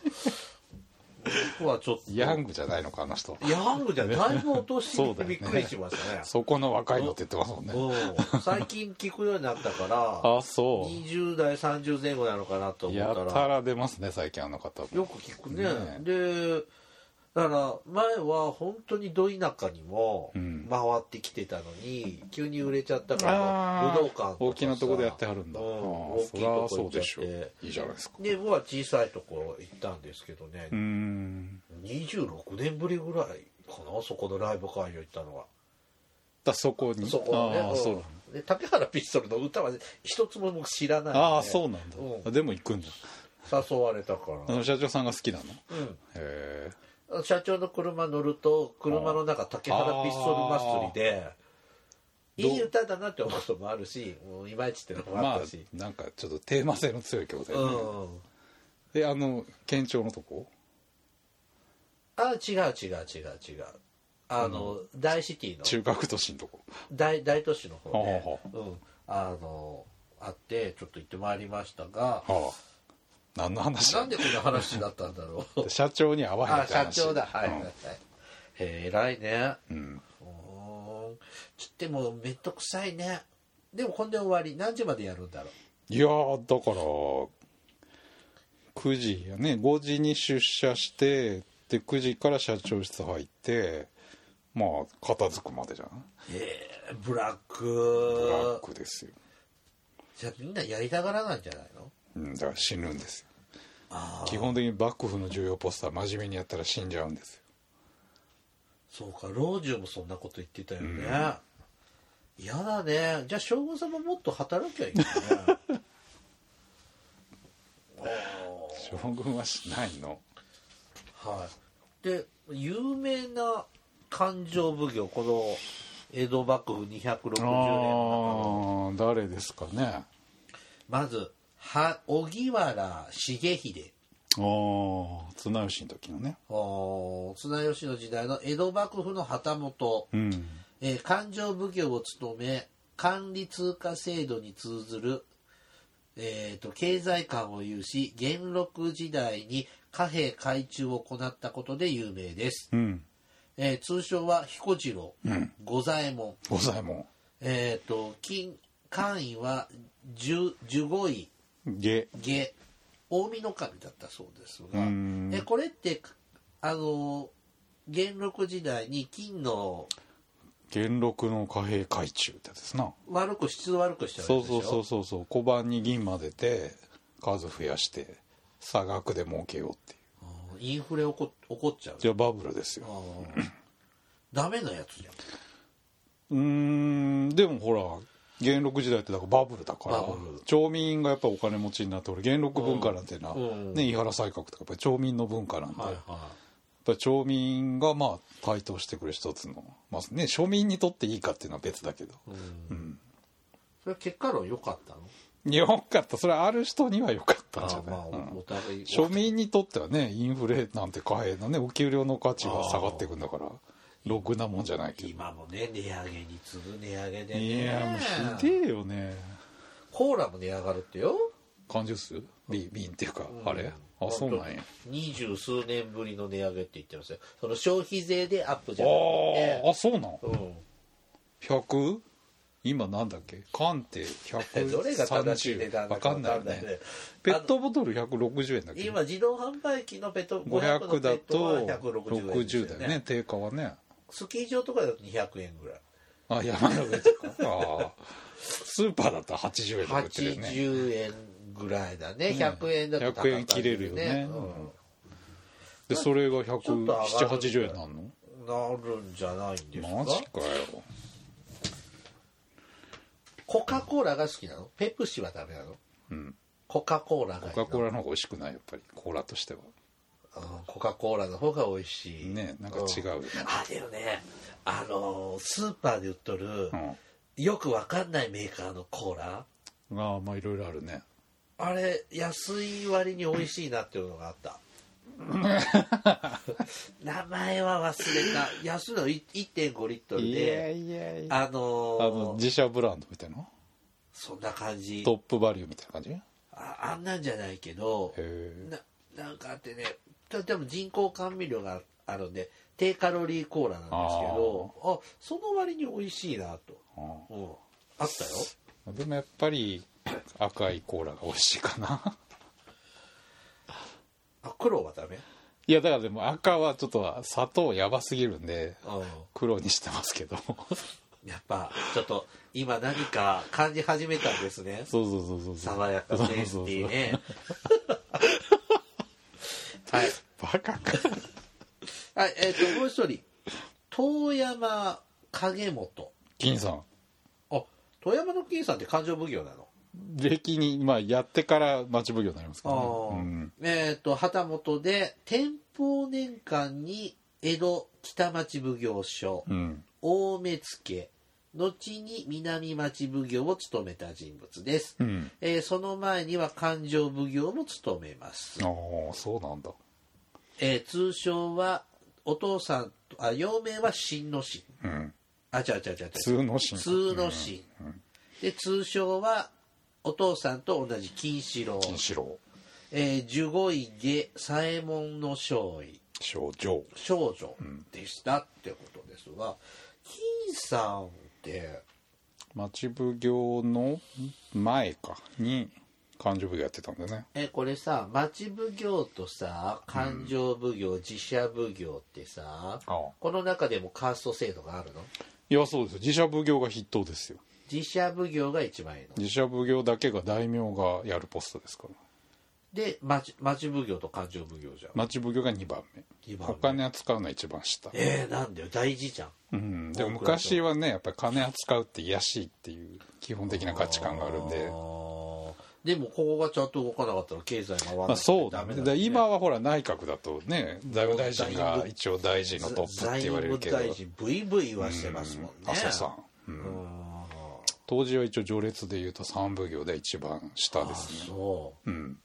Speaker 1: 僕はちょっと
Speaker 2: ヤングじゃないのかあの 人
Speaker 1: ヤングじゃだいぶ落として
Speaker 2: そう
Speaker 1: きて
Speaker 2: だよ
Speaker 1: び
Speaker 2: ね
Speaker 1: っくりしましたね
Speaker 2: そこの若いのって言ってますもんね
Speaker 1: うん最近聞くようになったから
Speaker 2: あそう
Speaker 1: 20代30前後なのかなと思
Speaker 2: や
Speaker 1: ったら
Speaker 2: たら出ますね最近あの方
Speaker 1: よく聞くね
Speaker 2: ね
Speaker 1: でだから前は本当にど田舎にも
Speaker 2: うん
Speaker 1: 回ってきてたのに、急に売れちゃったから
Speaker 2: あ
Speaker 1: もう
Speaker 2: あ
Speaker 1: 武道館とかさ
Speaker 2: 大きなとこでやってはるんだ、
Speaker 1: うん
Speaker 2: ああ
Speaker 1: 大
Speaker 2: そ
Speaker 1: きい
Speaker 2: りゃ
Speaker 1: と
Speaker 2: そ
Speaker 1: こ
Speaker 2: う
Speaker 1: 行
Speaker 2: で
Speaker 1: っ
Speaker 2: し
Speaker 1: ち
Speaker 2: ょ
Speaker 1: ゃって
Speaker 2: ういいじゃないですか
Speaker 1: で僕は小さいとこ行ったんですけどね、
Speaker 2: うーん
Speaker 1: 26年ぶりぐらいかなそこのライブ会場行ったのは
Speaker 2: だそこに
Speaker 1: そこね
Speaker 2: ああ
Speaker 1: うん
Speaker 2: そうなんだ
Speaker 1: で竹原ピストルの歌は一つも僕知らないので
Speaker 2: ああそうなんだ、
Speaker 1: うん
Speaker 2: でも行くんだ
Speaker 1: 誘われたか
Speaker 2: あ
Speaker 1: ら、
Speaker 2: の社長さんが好きなのへ
Speaker 1: うん
Speaker 2: え
Speaker 1: 社長の車乗ると車の中竹原ピストル祭りで
Speaker 2: どう
Speaker 1: いい歌だなって思うこともあるしもういまいちってのもあ
Speaker 2: ま
Speaker 1: ったし、
Speaker 2: あなんかちょっとテーマ性の強い曲だよね、
Speaker 1: うん
Speaker 2: であの県庁のとこ
Speaker 1: あ違う違う違う違うあの、大シティの
Speaker 2: 中核都市のとこ
Speaker 1: 大大都市の方で
Speaker 2: は
Speaker 1: うん、あのあってちょっと行ってまいりましたが
Speaker 2: ああ何の話
Speaker 1: な
Speaker 2: だ
Speaker 1: んでこんな話になったんだろう
Speaker 2: 社長に会わへん
Speaker 1: あ
Speaker 2: って
Speaker 1: 社
Speaker 2: 話
Speaker 1: 長だはい
Speaker 2: うん
Speaker 1: はいはいへえ偉いね
Speaker 2: うん
Speaker 1: うーんちょっとでもめんどくさいねでもこんで終わり何時までやるんだろう
Speaker 2: いやーだから9時やね5時に出社してで9時から社長室入ってまあ片付くまでじゃない
Speaker 1: ええブラック
Speaker 2: ブラックですよ、
Speaker 1: じゃあみんなやりたがらないんじゃないの
Speaker 2: うん、だから死ぬんですよ
Speaker 1: ああ
Speaker 2: 基本的に幕府の重要ポスター真面目にやったら死んじゃうんですよ
Speaker 1: そうか老中もそんなこと言ってたよね、嫌だねじゃあ将軍様もっと働きゃいいね お
Speaker 2: 将軍はしないの
Speaker 1: ーはいで有名な勘定奉行この江戸幕府260年の
Speaker 2: ああ誰ですかねあ
Speaker 1: 中のまずは荻原重秀
Speaker 2: あ綱吉の時のね
Speaker 1: おー綱吉の時代の江戸幕府の旗本、
Speaker 2: うん
Speaker 1: えー勘定奉行を務め管理通貨制度に通ずる、えーと経済観を有し元禄時代に貨幣改鋳を行ったことで有名です、
Speaker 2: うん
Speaker 1: えー通称は彦次郎、
Speaker 2: ん
Speaker 1: 五左衛門、
Speaker 2: 五左衛門
Speaker 1: えー、と金官位は十十五位
Speaker 2: 下
Speaker 1: 下近江の神だったそうですが
Speaker 2: うん
Speaker 1: えこれってあの元禄時代に金の
Speaker 2: 元禄の貨幣改鋳ってやつですな
Speaker 1: 悪く質を悪くしちゃう
Speaker 2: そ
Speaker 1: や
Speaker 2: う
Speaker 1: つでしょ
Speaker 2: そうそうそうそう小判に銀混ぜて数増やして差額で儲けようっていう
Speaker 1: あーインフレ起こ起こっちゃう
Speaker 2: じゃあバブルですよ
Speaker 1: あーダメなやつじゃん
Speaker 2: うーんでもほら元禄時代ってだからバブルだから
Speaker 1: バブル
Speaker 2: 町民がやっぱお金持ちになって俺元禄文化なんてな、
Speaker 1: うん
Speaker 2: ね、井原西閣とかやっぱり町民の文化なんで、
Speaker 1: はい
Speaker 2: やっ
Speaker 1: は
Speaker 2: ぱり町民がまあ対等してくれる一つのまあね庶民にとっていいかっていうのは別だけど、
Speaker 1: い、うんそれは結果論良かったの
Speaker 2: よかったそれはある人には良かったんじゃ
Speaker 1: あー
Speaker 2: な
Speaker 1: ま
Speaker 2: い
Speaker 1: あ、
Speaker 2: うん
Speaker 1: おお互い
Speaker 2: 庶民にとってはねインフレなんて貨幣のねお給料の価値が下がっていくんだからろくなもんじゃないけど
Speaker 1: 今もね値上げに次ぐ値上げでね
Speaker 2: いやもうひでえよね
Speaker 1: コーラも値上がるってよ
Speaker 2: 缶ジュース瓶瓶っていうかあれあそうなんや
Speaker 1: 二十数年ぶりの値上げって言ってますよその消費税でアップじゃなくて
Speaker 2: ああそうなん
Speaker 1: うん、
Speaker 2: 100今なんだっけ缶って
Speaker 1: え どれが正しい値
Speaker 2: 130
Speaker 1: 段
Speaker 2: わ
Speaker 1: だ
Speaker 2: か
Speaker 1: か
Speaker 2: ん
Speaker 1: 分
Speaker 2: な
Speaker 1: か
Speaker 2: いよ
Speaker 1: んない
Speaker 2: ね
Speaker 1: ね。
Speaker 2: ペットボトル160円だっけ
Speaker 1: 今自動販売機のペット500
Speaker 2: 500
Speaker 1: のペ
Speaker 2: だ
Speaker 1: ットは160円
Speaker 2: と
Speaker 1: ですよ
Speaker 2: 60だよね定価はね
Speaker 1: スキー場とかだと200円ぐらい
Speaker 2: あ山の上とかああスーパーだったら80円で売ってるよね
Speaker 1: 80円ぐらいだね100円だと高かった
Speaker 2: 100円切れるよね
Speaker 1: うん
Speaker 2: でそれが
Speaker 1: ちょっと上がる
Speaker 2: 17080円なんの
Speaker 1: なるんじゃないんですか
Speaker 2: マジかよ
Speaker 1: コカ・コーラが好きなのペプシはダメなの、
Speaker 2: ん
Speaker 1: コカ・コーラがいい
Speaker 2: コ
Speaker 1: の
Speaker 2: カ・コーラの方が美味しくないやっぱりコーラとしては
Speaker 1: うんコカ・コーラの方が美味しい
Speaker 2: ねなんか違うよね
Speaker 1: あでもねあのースーパーで売っとる、
Speaker 2: うん
Speaker 1: よくわかんないメーカーのコーラ
Speaker 2: ああまあいろいろあるね
Speaker 1: あれ安い割に美味しいなっていうのがあった 名前は忘れた安いのい1.5リットルで
Speaker 2: いやい
Speaker 1: あ
Speaker 2: あの
Speaker 1: のー
Speaker 2: 自社ブランドみたいな
Speaker 1: そんな感じ
Speaker 2: トップバリューみたいな感じへ
Speaker 1: ああんなんじゃないけど
Speaker 2: え
Speaker 1: ななんかあってねとでも人工甘味料があるんで低カロリーコーラなんですけどあその割に美味しいなと、うん、あったよ
Speaker 2: でもやっぱり赤いコーラが美味しいかな
Speaker 1: あ黒はダメ
Speaker 2: いやだからでも赤はちょっと砂糖やばすぎるんで
Speaker 1: うん
Speaker 2: 黒にしてますけど
Speaker 1: やっぱちょっと今何か感じ始めたんですね
Speaker 2: そうそうそうそうそう
Speaker 1: 爽やかセーフティーね はい
Speaker 2: バカか
Speaker 1: はいえっ、ともう一人遠山影本
Speaker 2: 金さん
Speaker 1: あ遠山の金さんって勘定奉行なの
Speaker 2: 歴にまあやってから町奉行になりますけど
Speaker 1: あ
Speaker 2: ね、うん、
Speaker 1: あえっ、と旗本で天保年間に江戸北町奉行所、
Speaker 2: うん、
Speaker 1: 大目付後に南町奉行を務めた人物です、
Speaker 2: うん、
Speaker 1: えーその前には勘定奉行も務めます、
Speaker 2: ああそうなんだ
Speaker 1: えー通称はお父さんとあ幼名は新之進
Speaker 2: うん
Speaker 1: あ違う違う違う違う
Speaker 2: 通の進
Speaker 1: 通の進、で通称はお父さんと同じ金四郎、
Speaker 2: 金四郎
Speaker 1: えー、十五位で左衛門の少尉
Speaker 2: 少女
Speaker 1: 少女でしたってことですが、金さんって
Speaker 2: 町奉行の前かに勘定奉行やってたんだね
Speaker 1: えこれさ町奉行とさ勘定奉行、自社奉行ってさ
Speaker 2: ああ
Speaker 1: この中でもカースト制度があるの
Speaker 2: いやそうですよ自社奉行が筆頭ですよ
Speaker 1: 自社奉行が一番いいの
Speaker 2: 自社奉行だけが大名がやるポストですから
Speaker 1: で町町奉行と勘定奉行じゃん、
Speaker 2: 町奉行が2番目
Speaker 1: 二番目
Speaker 2: お金扱うのは一番下
Speaker 1: えー、なんだよ大事じゃん
Speaker 2: うんでも昔はねやっぱり金扱うって卑しいっていう基本的な価値観があるんで
Speaker 1: あーでもここがちゃんと動かなかったら経済回ら
Speaker 2: ま
Speaker 1: な
Speaker 2: あ、
Speaker 1: く
Speaker 2: そう
Speaker 1: て
Speaker 2: だ
Speaker 1: ダメ
Speaker 2: ね
Speaker 1: だ
Speaker 2: だか
Speaker 1: よ
Speaker 2: ら
Speaker 1: ね
Speaker 2: 今はほら内閣だとね財務大臣が一応大臣のトップって
Speaker 1: 財
Speaker 2: 言われる
Speaker 1: 務
Speaker 2: けど
Speaker 1: 大臣ブイブイ言わしてますもんね
Speaker 2: 麻生さ
Speaker 1: う
Speaker 2: ん
Speaker 1: ん
Speaker 2: 当時は一応序列でいうと三奉行で一番下で
Speaker 1: あ
Speaker 2: すね
Speaker 1: そう
Speaker 2: うん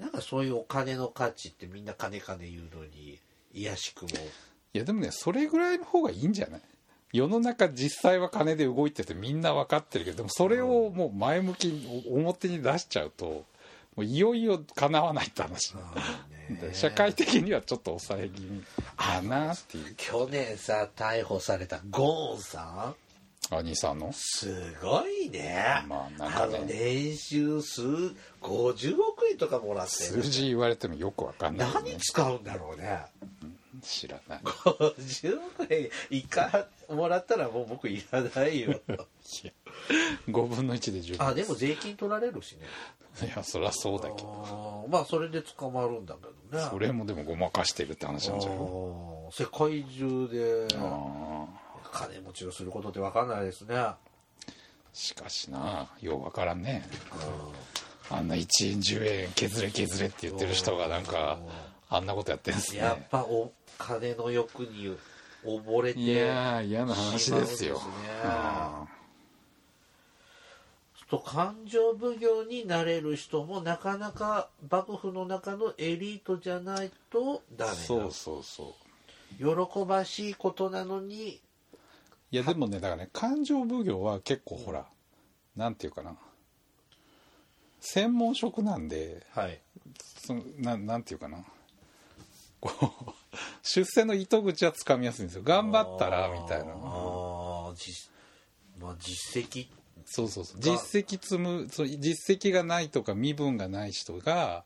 Speaker 1: なんかそういうお金の価値ってみんな金金言うのに癒やしくも
Speaker 2: いやでもねそれぐらいの方がいいんじゃない世の中実際は金で動いててみんな分かってるけどでもそれをもう前向きにお表に出しちゃうともういよいよかなわないって話で社会的にはちょっと抑え気味かなっていう
Speaker 1: 去年さ逮捕されたゴーンさん
Speaker 2: 兄さんの
Speaker 1: すごいね,、
Speaker 2: まあなんかね
Speaker 1: の年収数50億円とかもらって
Speaker 2: 数
Speaker 1: る
Speaker 2: 字言われてもよく分かんないよね
Speaker 1: 何使うんだろうね
Speaker 2: 知らない
Speaker 1: 50億円いかもらったらもう僕いらないよ
Speaker 2: 5分の1で十分
Speaker 1: あでも税金取られるしね
Speaker 2: いやそりゃそうだけど
Speaker 1: あーまあそれで捕まるんだけどね
Speaker 2: それもでもごまかしてるって話なんじゃない
Speaker 1: あー世界中で
Speaker 2: あ
Speaker 1: 金持ちをすることって分かんないですね
Speaker 2: ーしかしなようわからんねあんな1円10円削れ削れって言ってる人がなんかあんなことやってんすね
Speaker 1: やっぱお金の欲に溺れて
Speaker 2: いやー嫌な話ですよ
Speaker 1: しまうんですねと勘定奉行になれる人もなかなか幕府の中のエリートじゃないとダメだ
Speaker 2: うんそうそうそう
Speaker 1: 喜ばしいことなのに
Speaker 2: いやでもねだからね勘定奉行は結構ほら、なんていうかな専門職なんで
Speaker 1: はい
Speaker 2: そのななんていうかなこう出世の糸口はつかみやすいんですよ頑張ったらみたい
Speaker 1: あ
Speaker 2: な
Speaker 1: あ実,、まあ、実績
Speaker 2: そうそうそう
Speaker 1: が
Speaker 2: 実績積むそう実績がないとか身分がない人が、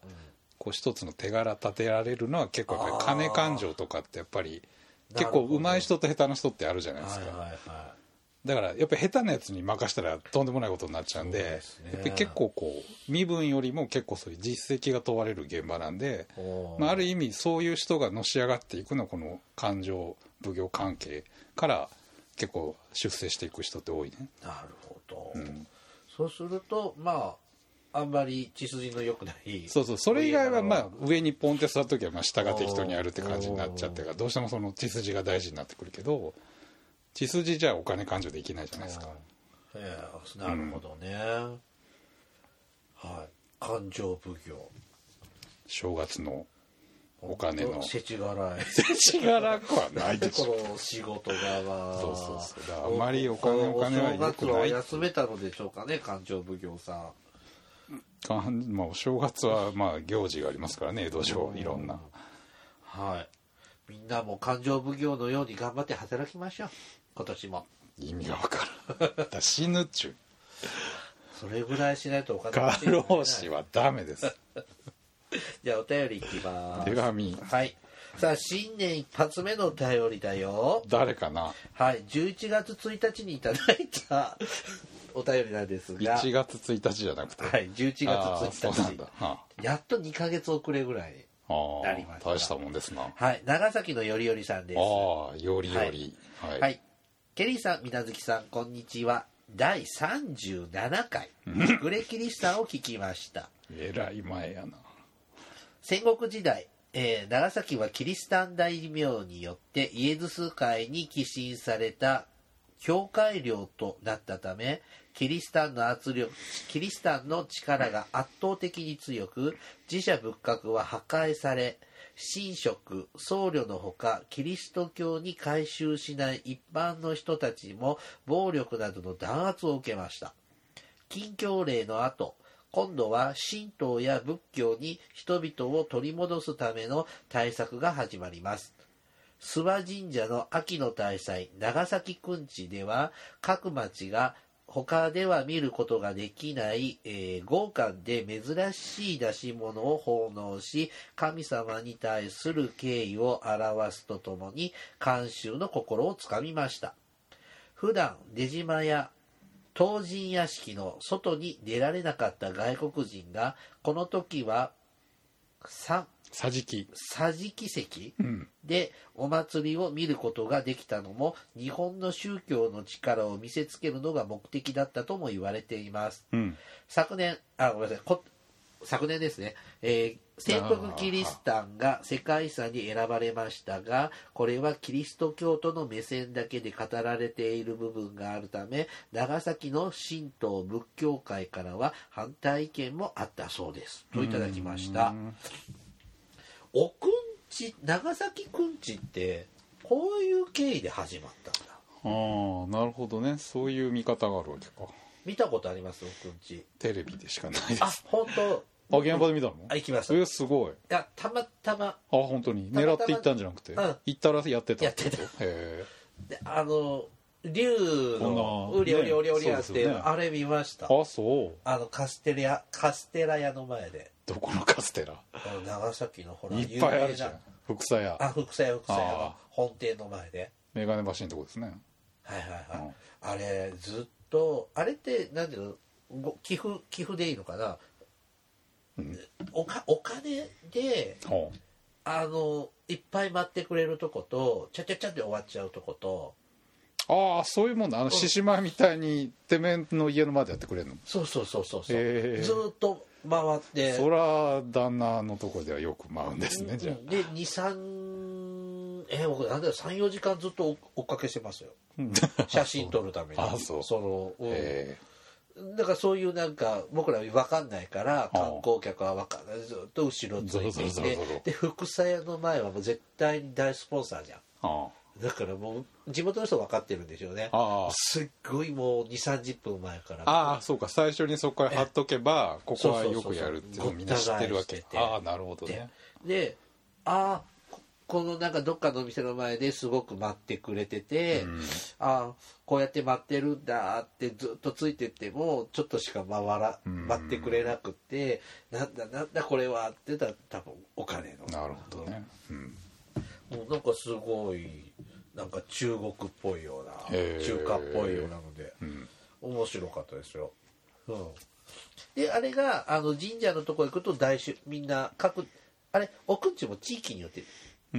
Speaker 2: こう一つの手柄立てられるのは結構やっぱり金勘定とかってやっぱり
Speaker 1: なる
Speaker 2: 結
Speaker 1: ほど
Speaker 2: 構上手い人と下手な人ってあるじゃないですか、
Speaker 1: はいはい
Speaker 2: だからやっぱり下手なやつに任したらとんでもないことになっちゃうんで
Speaker 1: そうですね
Speaker 2: やっぱり結構こう身分よりも結構そういう実績が問われる現場なんで、
Speaker 1: おー
Speaker 2: まあ、ある意味そういう人がのし上がっていくのはこの勘定奉行関係から結構出世していく人って多いね。
Speaker 1: なるほど、そうするとまああんまり血筋の良くない
Speaker 2: そうそうそれ以外はまあ上にポンって座った時はまあ下が
Speaker 1: おー
Speaker 2: 適当にやるって感じになっちゃってからどうしてもその血筋が大事になってくるけど血筋じゃお金勘定できないじゃないですか
Speaker 1: ええなるほどね、はい勘定奉行
Speaker 2: 正月のお金の
Speaker 1: 世知辛い
Speaker 2: 血が楽はないでしょ
Speaker 1: この仕事がまあ
Speaker 2: そうそうそうだからあんまりお金お金は良くな
Speaker 1: お
Speaker 2: い
Speaker 1: 正月は休めたのでしょうかね勘定奉行さん
Speaker 2: かんまあお正月はまあ行事がありますからね江戸城いろんな
Speaker 1: はいみんなも勘定奉行のように頑張って働きましょう今年も
Speaker 2: 意味が分からんだから死ぬっちゅう
Speaker 1: それぐらいしないとお金持
Speaker 2: 過
Speaker 1: ちになれない
Speaker 2: 労死はダメです
Speaker 1: じゃあお便りいきます
Speaker 2: 手紙
Speaker 1: はい。さあ、新年一発目のお便りだよ。
Speaker 2: 誰かな
Speaker 1: はい、11月1日にいただいたお便りなんですが、
Speaker 2: 1月1日じゃなくて
Speaker 1: はい、11月
Speaker 2: あー
Speaker 1: 1
Speaker 2: そうなん
Speaker 1: 日
Speaker 2: だ、は
Speaker 1: やっと2ヶ月遅れぐらい。
Speaker 2: ああ
Speaker 1: なりま
Speaker 2: ー
Speaker 1: した
Speaker 2: 大したもんですなあ
Speaker 1: はい、長崎のよりよりさんです。
Speaker 2: あーよりよりはい、
Speaker 1: はい。ケリーさん、みなずきさん、こんにちは。第37回、グレキリスタンを聞きました。
Speaker 2: えらい前やな
Speaker 1: 戦国時代、えー長崎はキリシタン大名によってイエズス会に寄進された教会領となったためキリシタンの圧力キリシタンの力が圧倒的に強く自社仏閣は破壊され神職僧侶のほかキリスト教に改宗しない一般の人たちも暴力などの弾圧を受けました禁教令の後今度は神道や仏教に人々を取り戻すための対策が始まります諏訪神社の秋の大祭長崎くんちでは各町が他では見ることができない、えー豪華で珍しい出し物を奉納し神様に対する敬意を表すとともに慣習の心をつかみました普段出島や東神屋敷の外に出られなかった外国人がこの時は三
Speaker 2: 桟敷
Speaker 1: 桟敷席
Speaker 2: うん
Speaker 1: でお祭りを見ることができたのも日本の宗教の力を見せつけるのが目的だったとも言われています
Speaker 2: うん
Speaker 1: 昨年あごめんなさいこ昨年ですね、えー戦国キリシタンが世界遺産に選ばれましたがこれはキリスト教徒の目線だけで語られている部分があるため長崎の神道仏教界からは反対意見もあったそうですといただきましたおくんち長崎くんちってこういう経緯で始まったんだ
Speaker 2: ああなるほどねそういう見方があるわけか
Speaker 1: 見たことありますおくんち
Speaker 2: テレビでしかないです
Speaker 1: あ本当
Speaker 2: あ現場で見たの
Speaker 1: あ行きましたい
Speaker 2: えすごい
Speaker 1: やたまたま
Speaker 2: あ本当に
Speaker 1: たま
Speaker 2: 狙っていったんじゃなくて
Speaker 1: うん
Speaker 2: 行ったらやってた
Speaker 1: やってた
Speaker 2: へえ
Speaker 1: であの竜の
Speaker 2: こんな
Speaker 1: うりょりょりょりゃ
Speaker 2: ね
Speaker 1: っ
Speaker 2: そ
Speaker 1: て、
Speaker 2: うですよね
Speaker 1: あれ見ました
Speaker 2: あそう
Speaker 1: あのカステラカステラ屋の前で
Speaker 2: どこのカステラ
Speaker 1: あの長崎のほら
Speaker 2: いっぱいあるじゃん福佐屋
Speaker 1: あ福沢屋福沢屋の
Speaker 2: あ
Speaker 1: 本店の前で
Speaker 2: 眼鏡橋のとこですね
Speaker 1: はいはいはい、
Speaker 2: うん
Speaker 1: あれずっとあれって何ていうのご寄付寄付でいいのかな、
Speaker 2: うん
Speaker 1: おかお金で
Speaker 2: ほ
Speaker 1: あのいっぱい待ってくれるとことちゃちゃちゃって終わっちゃうとこと
Speaker 2: うああそういうもんだあの獅子舞みたいにてめえの家の前でやってくれるの
Speaker 1: そうそうそうそうそう、
Speaker 2: へえ
Speaker 1: ずーっと回って
Speaker 2: そら旦那のとこではよく舞うんです
Speaker 1: う
Speaker 2: ね
Speaker 1: ん
Speaker 2: じゃあ
Speaker 1: で23え僕なんだよ34時間ずっと追追っかけして ますよ写真撮るために
Speaker 2: あそう
Speaker 1: その、うん
Speaker 2: え
Speaker 1: だからそういうなんか僕ら分かんないから
Speaker 2: あ
Speaker 1: 観光客は分かんないずっと後ろついてい
Speaker 2: ゾロゾロゾ
Speaker 1: て
Speaker 2: ロゾロ
Speaker 1: で福佐屋の前はもう絶対に大スポンサーじゃん
Speaker 2: あ
Speaker 1: だからもう地元の人分かってるんでしょうね
Speaker 2: ああ
Speaker 1: すっごいもう2 3 0分前から
Speaker 2: ああそうか最初にそこから貼っとけばここはよくやるっていうのをみんな知ってるわ
Speaker 1: そう
Speaker 2: け
Speaker 1: そうそう
Speaker 2: ああなるほど
Speaker 1: で
Speaker 2: ね
Speaker 1: であーここのなんかどっかのお店の前ですごく待ってくれてて、あーこうやって待ってるんだってずっとついてってもちょっとしか回ら
Speaker 2: ん
Speaker 1: 待ってくれなくて、なんだなんだこれはって言ったら多分お金の
Speaker 2: なるほどねうん
Speaker 1: もうなんかすごいなんか中国っぽいような
Speaker 2: へー
Speaker 1: 中華っぽいようなので、面白かったですよ。うん、であれがあの神社のとこ行くと大衆みんな各あれ奥んちも地域によって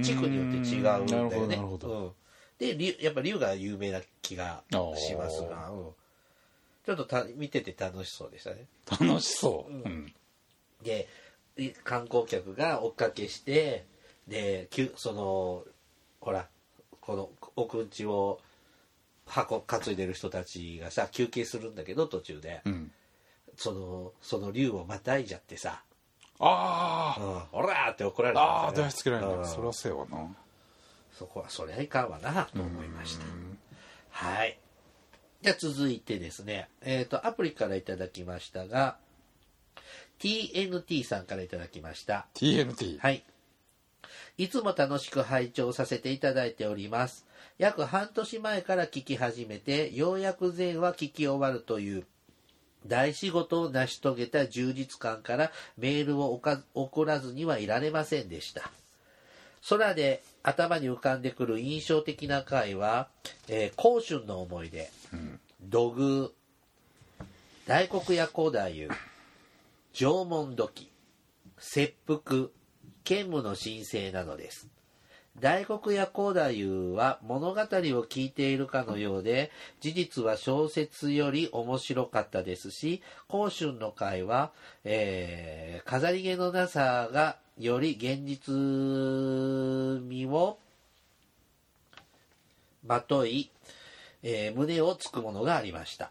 Speaker 1: 地区によって違うんだよ
Speaker 2: うーん
Speaker 1: ね。
Speaker 2: なるほどなるほど
Speaker 1: うん、で竜やっぱ竜が有名な気がしますが、うん、ちょっとた見てて 楽しそうでしたね。
Speaker 2: 楽しそううん
Speaker 1: でい観光客が追っかけしてできゅそのほらこの奥んちを箱担いでる人たちがさ休憩するんだけど途中で、
Speaker 2: うん
Speaker 1: そのその竜をまたいじゃってさ「
Speaker 2: あ
Speaker 1: うん、おら!」って怒られ
Speaker 2: あ
Speaker 1: た
Speaker 2: ああ
Speaker 1: んだよ
Speaker 2: 大好きられ
Speaker 1: う
Speaker 2: る
Speaker 1: ん
Speaker 2: そらせよな
Speaker 1: そこはそりゃいかんわなと思いましたはいじゃあ続いてですねえっ、とアプリからいただきましたが TNT さんからいただきました
Speaker 2: TNT
Speaker 1: はい。いつも楽しく拝聴させていただいております。約半年前から聞き始めて、ようやく全話聞き終わるという、大仕事を成し遂げた充実感からメールをおか送らずにはいられませんでした。空で頭に浮かんでくる印象的な回は「えー、甲春の思い出」土偶」「大黒屋古太夫」「縄文土器」「切腹」「兼務の申請」などです大黒屋光太夫は物語を聞いているかのようで、事実は小説より面白かったですし、甲春の会は、えー飾り気のなさがより現実味をまとい、えー胸をつくものがありました。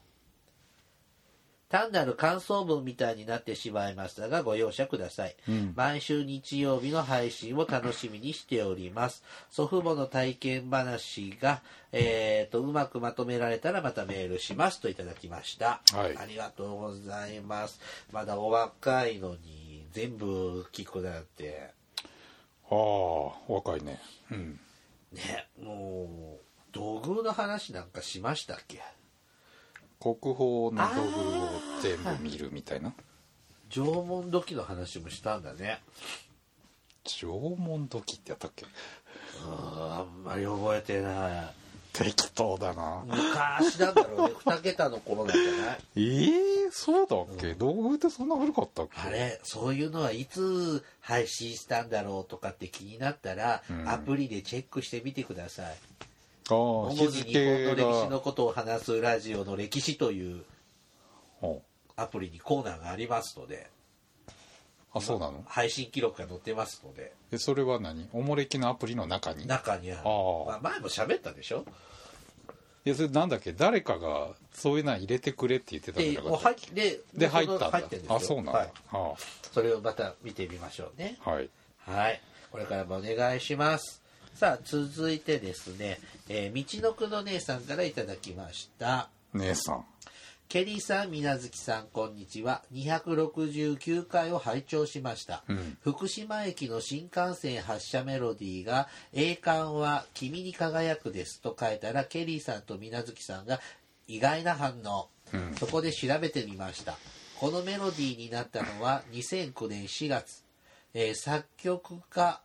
Speaker 1: 単なる感想文みたいになってしまいましたがご容赦ください、毎週日曜日の配信を楽しみにしております祖父母の体験話が、えー、とうまくまとめられたらまたメールしますといただきました、
Speaker 2: はい
Speaker 1: ありがとうございますまだお若いのに全部聞くなんて
Speaker 2: ああ若いねうん
Speaker 1: ねもう土偶の話なんかしましたっけ
Speaker 2: 国宝の道具を全部見るみたいな
Speaker 1: 縄文土器の話もしたんだね
Speaker 2: 縄文土器ってやったっけ
Speaker 1: うんあんまり覚えてない
Speaker 2: 適当だな
Speaker 1: 昔なんだろ うね二桁の頃なんじゃない
Speaker 2: えー、そうだっけ道具ってそんな古かったっけ
Speaker 1: あれそういうのはいつ配信したんだろうとかって気になったら、
Speaker 2: うん
Speaker 1: アプリでチェックしてみてください
Speaker 2: ああ
Speaker 1: 主
Speaker 2: 日
Speaker 1: に日本の歴
Speaker 2: 付
Speaker 1: 史
Speaker 2: が
Speaker 1: のことを話すラジオの歴史という
Speaker 2: お
Speaker 1: アプリにコーナーがありますので
Speaker 2: あそうなの
Speaker 1: 配信記録が載ってますので
Speaker 2: えそれは何おもれきのアプリの中に
Speaker 1: 中にある
Speaker 2: あー
Speaker 1: まあ、前も喋ったでしょ
Speaker 2: いやそれなんだっけ誰かがそういうの入れてくれって言ってたんじ
Speaker 1: で
Speaker 2: ゃな
Speaker 1: もう
Speaker 2: かった
Speaker 1: 入
Speaker 2: っ
Speaker 1: っで
Speaker 2: けで入ったんだ
Speaker 1: 入ってるんですよ
Speaker 2: あそうなんだ、
Speaker 1: はい、
Speaker 2: あ
Speaker 1: それをまた見てみましょうね
Speaker 2: あはい
Speaker 1: はい。これからもお願いします。さあ、続いてですね、えー、道のくの姉さんからいただきました。
Speaker 2: 姉さん
Speaker 1: ケリーさん、みなずきさん、こんにちは。269回を拝聴しました。福島駅の新幹線発車メロディーが、栄冠は君に輝くですと書いたら、ケリーさんとみなずきさんが意外な反応。そこで調べてみました。このメロディーになったのは2009年4月。えー作曲家、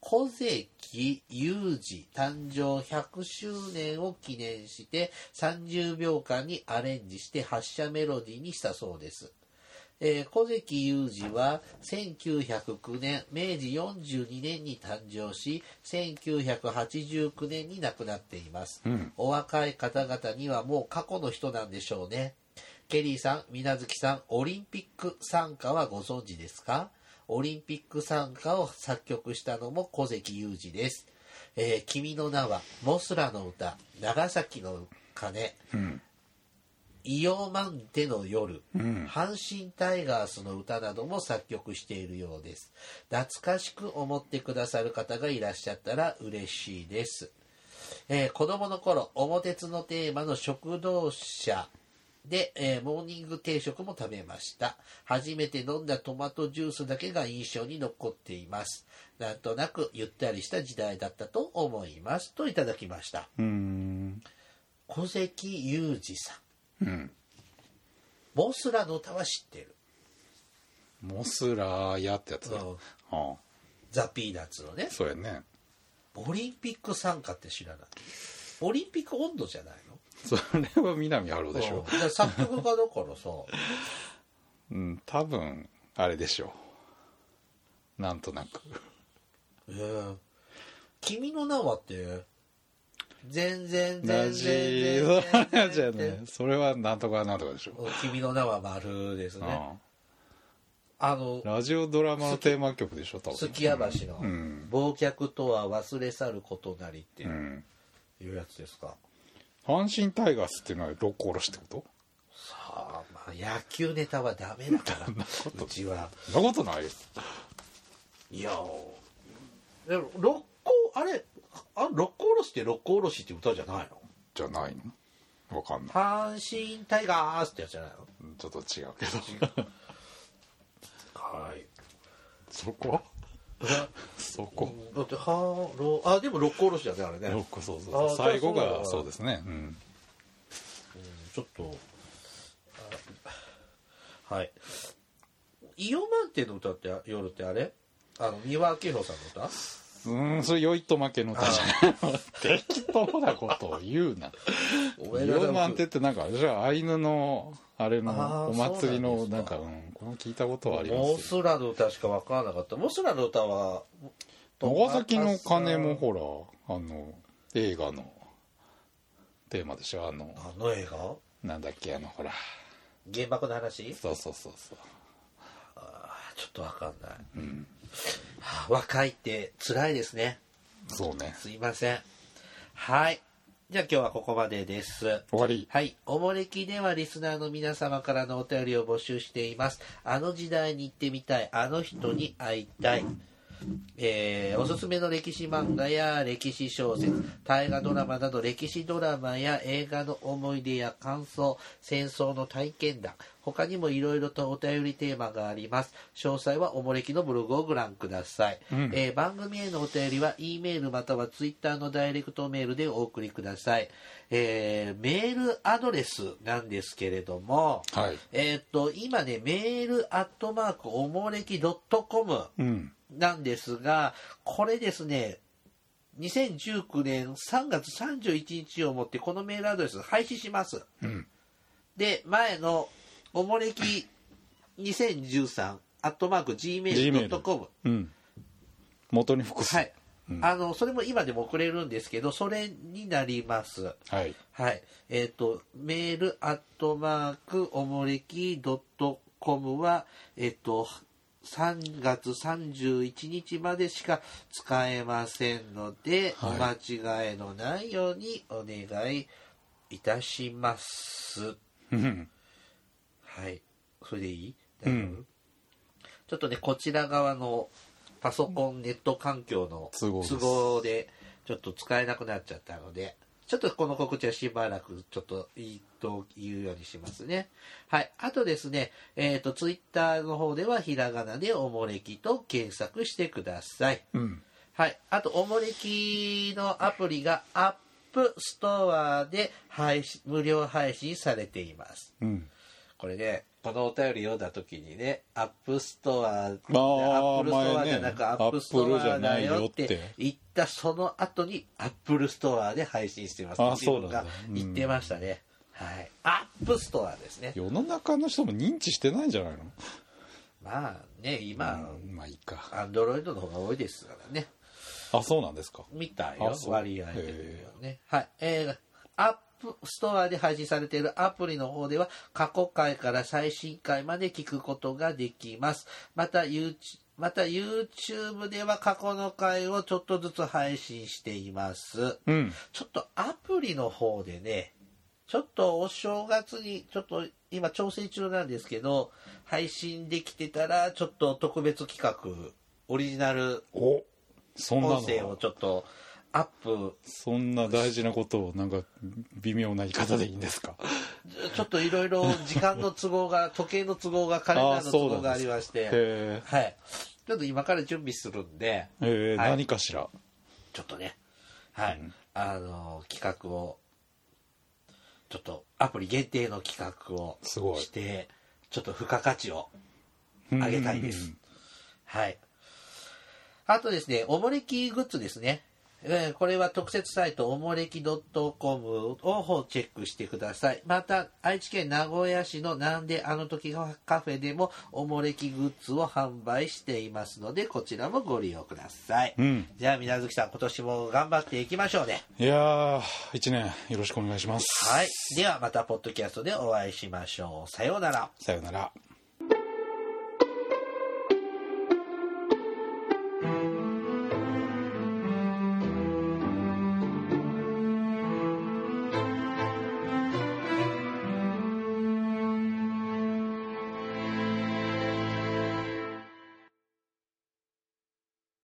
Speaker 1: 小関裕二誕生100周年を記念して30秒間にアレンジして発車メロディーにしたそうです。えー小関裕二は1909年、明治42年に誕生し、1989年に亡くなっています。お若い方々にはもう過去の人なんでしょうね。ケリーさん、みなずきさん、オリンピック参加はご存知ですかオリンピック参加を作曲したのも小関裕二です。えー君の名は、モスラの歌、長崎の鐘、イオマンテの夜、阪神タイガースの歌なども作曲しているようです。懐かしく思ってくださる方がいらっしゃったら嬉しいです。えー子供の頃、おもてつのテーマの食堂車で、えーモーニング定食も食べました。初めて飲んだトマトジュースだけが印象に残っています。なんとなくゆったりした時代だったと思います。といただきました。
Speaker 2: うーん
Speaker 1: 小関裕二さん。
Speaker 2: うん
Speaker 1: モスラの歌は知ってる。
Speaker 2: モスラーやってやつだ、
Speaker 1: うん
Speaker 2: ああ
Speaker 1: ザ・ピーナッツのね。
Speaker 2: そうやね
Speaker 1: オリンピック参加って知らない。オリンピック温度じゃないの
Speaker 2: それは南春夫でし
Speaker 1: うん
Speaker 2: ょ
Speaker 1: だから作曲家だから さ。
Speaker 2: うん多分あれでしょうなんとなく
Speaker 1: ええ君の名はって全然
Speaker 2: 同
Speaker 1: 全然
Speaker 2: じ
Speaker 1: 全
Speaker 2: そ
Speaker 1: 然
Speaker 2: うじゃ
Speaker 1: 全
Speaker 2: ね
Speaker 1: 然
Speaker 2: それはなんとかなんとかでしょ
Speaker 1: うん君の名は丸です
Speaker 2: う、
Speaker 1: ねあの
Speaker 2: うんラジオドラマのテーマ曲でしょ多分
Speaker 1: すき家橋の
Speaker 2: うん
Speaker 1: 「忘却とは忘れ去ることなり」って
Speaker 2: う
Speaker 1: い
Speaker 2: ん
Speaker 1: うやつですか、
Speaker 2: 阪神タイガースっていうのは六甲おろしってこと
Speaker 1: ああまあ野球ネタはダメだ からうちは
Speaker 2: そんなことないよ
Speaker 1: いやーでも六甲あれあ六甲おろしって六甲おろしって歌じゃないの
Speaker 2: じゃないのわかんない
Speaker 1: 阪神タイガースってやつじゃないの
Speaker 2: ちょっと違うけど
Speaker 1: はい
Speaker 2: そこ そこ
Speaker 1: だってハローあでも六甲おろしだねあれね、う
Speaker 2: 六
Speaker 1: ん
Speaker 2: 甲そうそうそう
Speaker 1: あ
Speaker 2: 最後
Speaker 1: じゃあそう
Speaker 2: が
Speaker 1: だ
Speaker 2: そうですねうん
Speaker 1: ちょっとあはいイオマンテの歌って夜ってあれあの三輪明宏さんの歌
Speaker 2: うんそれ良いと負けの歌じゃない 適当なことを言うな
Speaker 1: 俺ら
Speaker 2: 四
Speaker 1: が
Speaker 2: 万手ってなんか私はアイヌのあれの
Speaker 1: あー
Speaker 2: お祭りの
Speaker 1: そうな
Speaker 2: なん
Speaker 1: です
Speaker 2: ん
Speaker 1: か
Speaker 2: かうんこれも聞いたことはありま
Speaker 1: モ
Speaker 2: す
Speaker 1: スラの歌しか分からなかったモスラの歌は
Speaker 2: 長崎の鐘もほらあの映画のテーマでしょあの
Speaker 1: あの映画
Speaker 2: なんだっけあのほら
Speaker 1: 原爆の話
Speaker 2: そうそうそうそう
Speaker 1: あちょっと分かんない、はあ若いって辛いですね
Speaker 2: そうね
Speaker 1: すいませんはいじゃあ今日はここまでです
Speaker 2: 終わり
Speaker 1: はい。おもれきではリスナーの皆様からのお便りを募集しています。あの時代に行ってみたい。あの人に会いたい。えーおすすめの歴史漫画や歴史小説、大河ドラマなど歴史ドラマや映画の思い出や感想、戦争の体験談、他にもいろいろとお便りテーマがあります。詳細はおもれきのブログをご覧ください。えー番組へのお便りは E メールまたは Twitter のダイレクトメールでお送りください。えーメールアドレスなんですけれども、
Speaker 2: はい
Speaker 1: えーっと、今ね、メールアットマークおもれき .com
Speaker 2: うん
Speaker 1: なんですが、これですね、2019年3月31日をもってこのメールアドレス廃止します。
Speaker 2: うん
Speaker 1: で、前のおもれき2013アットマーク gmail.com。
Speaker 2: うん元に服す
Speaker 1: はい。あの、それも今でも送れるんですけど、それになります。
Speaker 2: はい
Speaker 1: はい。えっ、と、メールアットマークおもれき .com は、えっ、と、3月31日までしか使えませんので、
Speaker 2: は
Speaker 1: お間違えのないようにお願いいたします。
Speaker 2: うん
Speaker 1: はい。それでいい
Speaker 2: うん
Speaker 1: 大丈夫ちょっとね、こちら側のパソコンネット環境の
Speaker 2: 都合です
Speaker 1: 都合で、ちょっと使えなくなっちゃったので、ちょっとこの告知はしばらくちょっと言いと言うようにしますね。はい。あとですね、えっ、と、ツイッターの方ではひらがなでおもれきと検索してください。
Speaker 2: うん
Speaker 1: はい。あと、おもれきのアプリがアップストアで配信、無料配信されています。
Speaker 2: うん
Speaker 1: これねこのお便り読んだ時にねアップストアアップ
Speaker 2: ー
Speaker 1: ルストアじゃな
Speaker 2: 前ね
Speaker 1: くアップストアだよっ
Speaker 2: アップルじゃない
Speaker 1: て
Speaker 2: よって
Speaker 1: 言ったその後にアップルストアで配信してます
Speaker 2: あー
Speaker 1: 自分
Speaker 2: そうな
Speaker 1: が
Speaker 2: んだうん
Speaker 1: 言ってましたね、はいアップストアですね
Speaker 2: 世の中の人も認知してないんじゃないの
Speaker 1: まあね今
Speaker 2: うんまあいいか
Speaker 1: アンドロイドの方が多いですからね
Speaker 2: あそうなんですか
Speaker 1: 見たよ
Speaker 2: あそう
Speaker 1: 割合的にはねはいえーアップストアで配信されているアプリの方では過去回から最新回まで聞くことができますまた YouTube また YouTube では過去の回をちょっとずつ配信しています
Speaker 2: うん
Speaker 1: ちょっとアプリの方でねちょっとお正月にちょっと今調整中なんですけど配信できてたらちょっと特別企画オリジナル
Speaker 2: おそんな
Speaker 1: 音声を
Speaker 2: の
Speaker 1: ちょっとアップ
Speaker 2: そんな大事なことをなんか微妙な言い方でいいんです か
Speaker 1: ちょっといろいろ時間の都合が時計の都合がカレンダーの都合がありまし
Speaker 2: へ
Speaker 1: て
Speaker 2: え
Speaker 1: はいちょっと今から準備するんで
Speaker 2: えー
Speaker 1: はい
Speaker 2: 何かしら
Speaker 1: ちょっとねはい、あの企画をちょっとアプリ限定の企画を
Speaker 2: すごい
Speaker 1: してちょっと付加価値を上げたいですはい。あとですね、おもれきグッズですね。えーこれは特設サイト、おもれき .com をチェックしてください。また、愛知県名古屋市のなんであの時カフェでも、おもれきグッズを販売していますので、こちらもご利用ください。
Speaker 2: うん
Speaker 1: じゃあ、皆月さん、今年も頑張っていきましょうね。
Speaker 2: いやー1年よろしくお願いします
Speaker 1: はい。では、また、ポッドキャストでお会いしましょう。さようなら。
Speaker 2: さようなら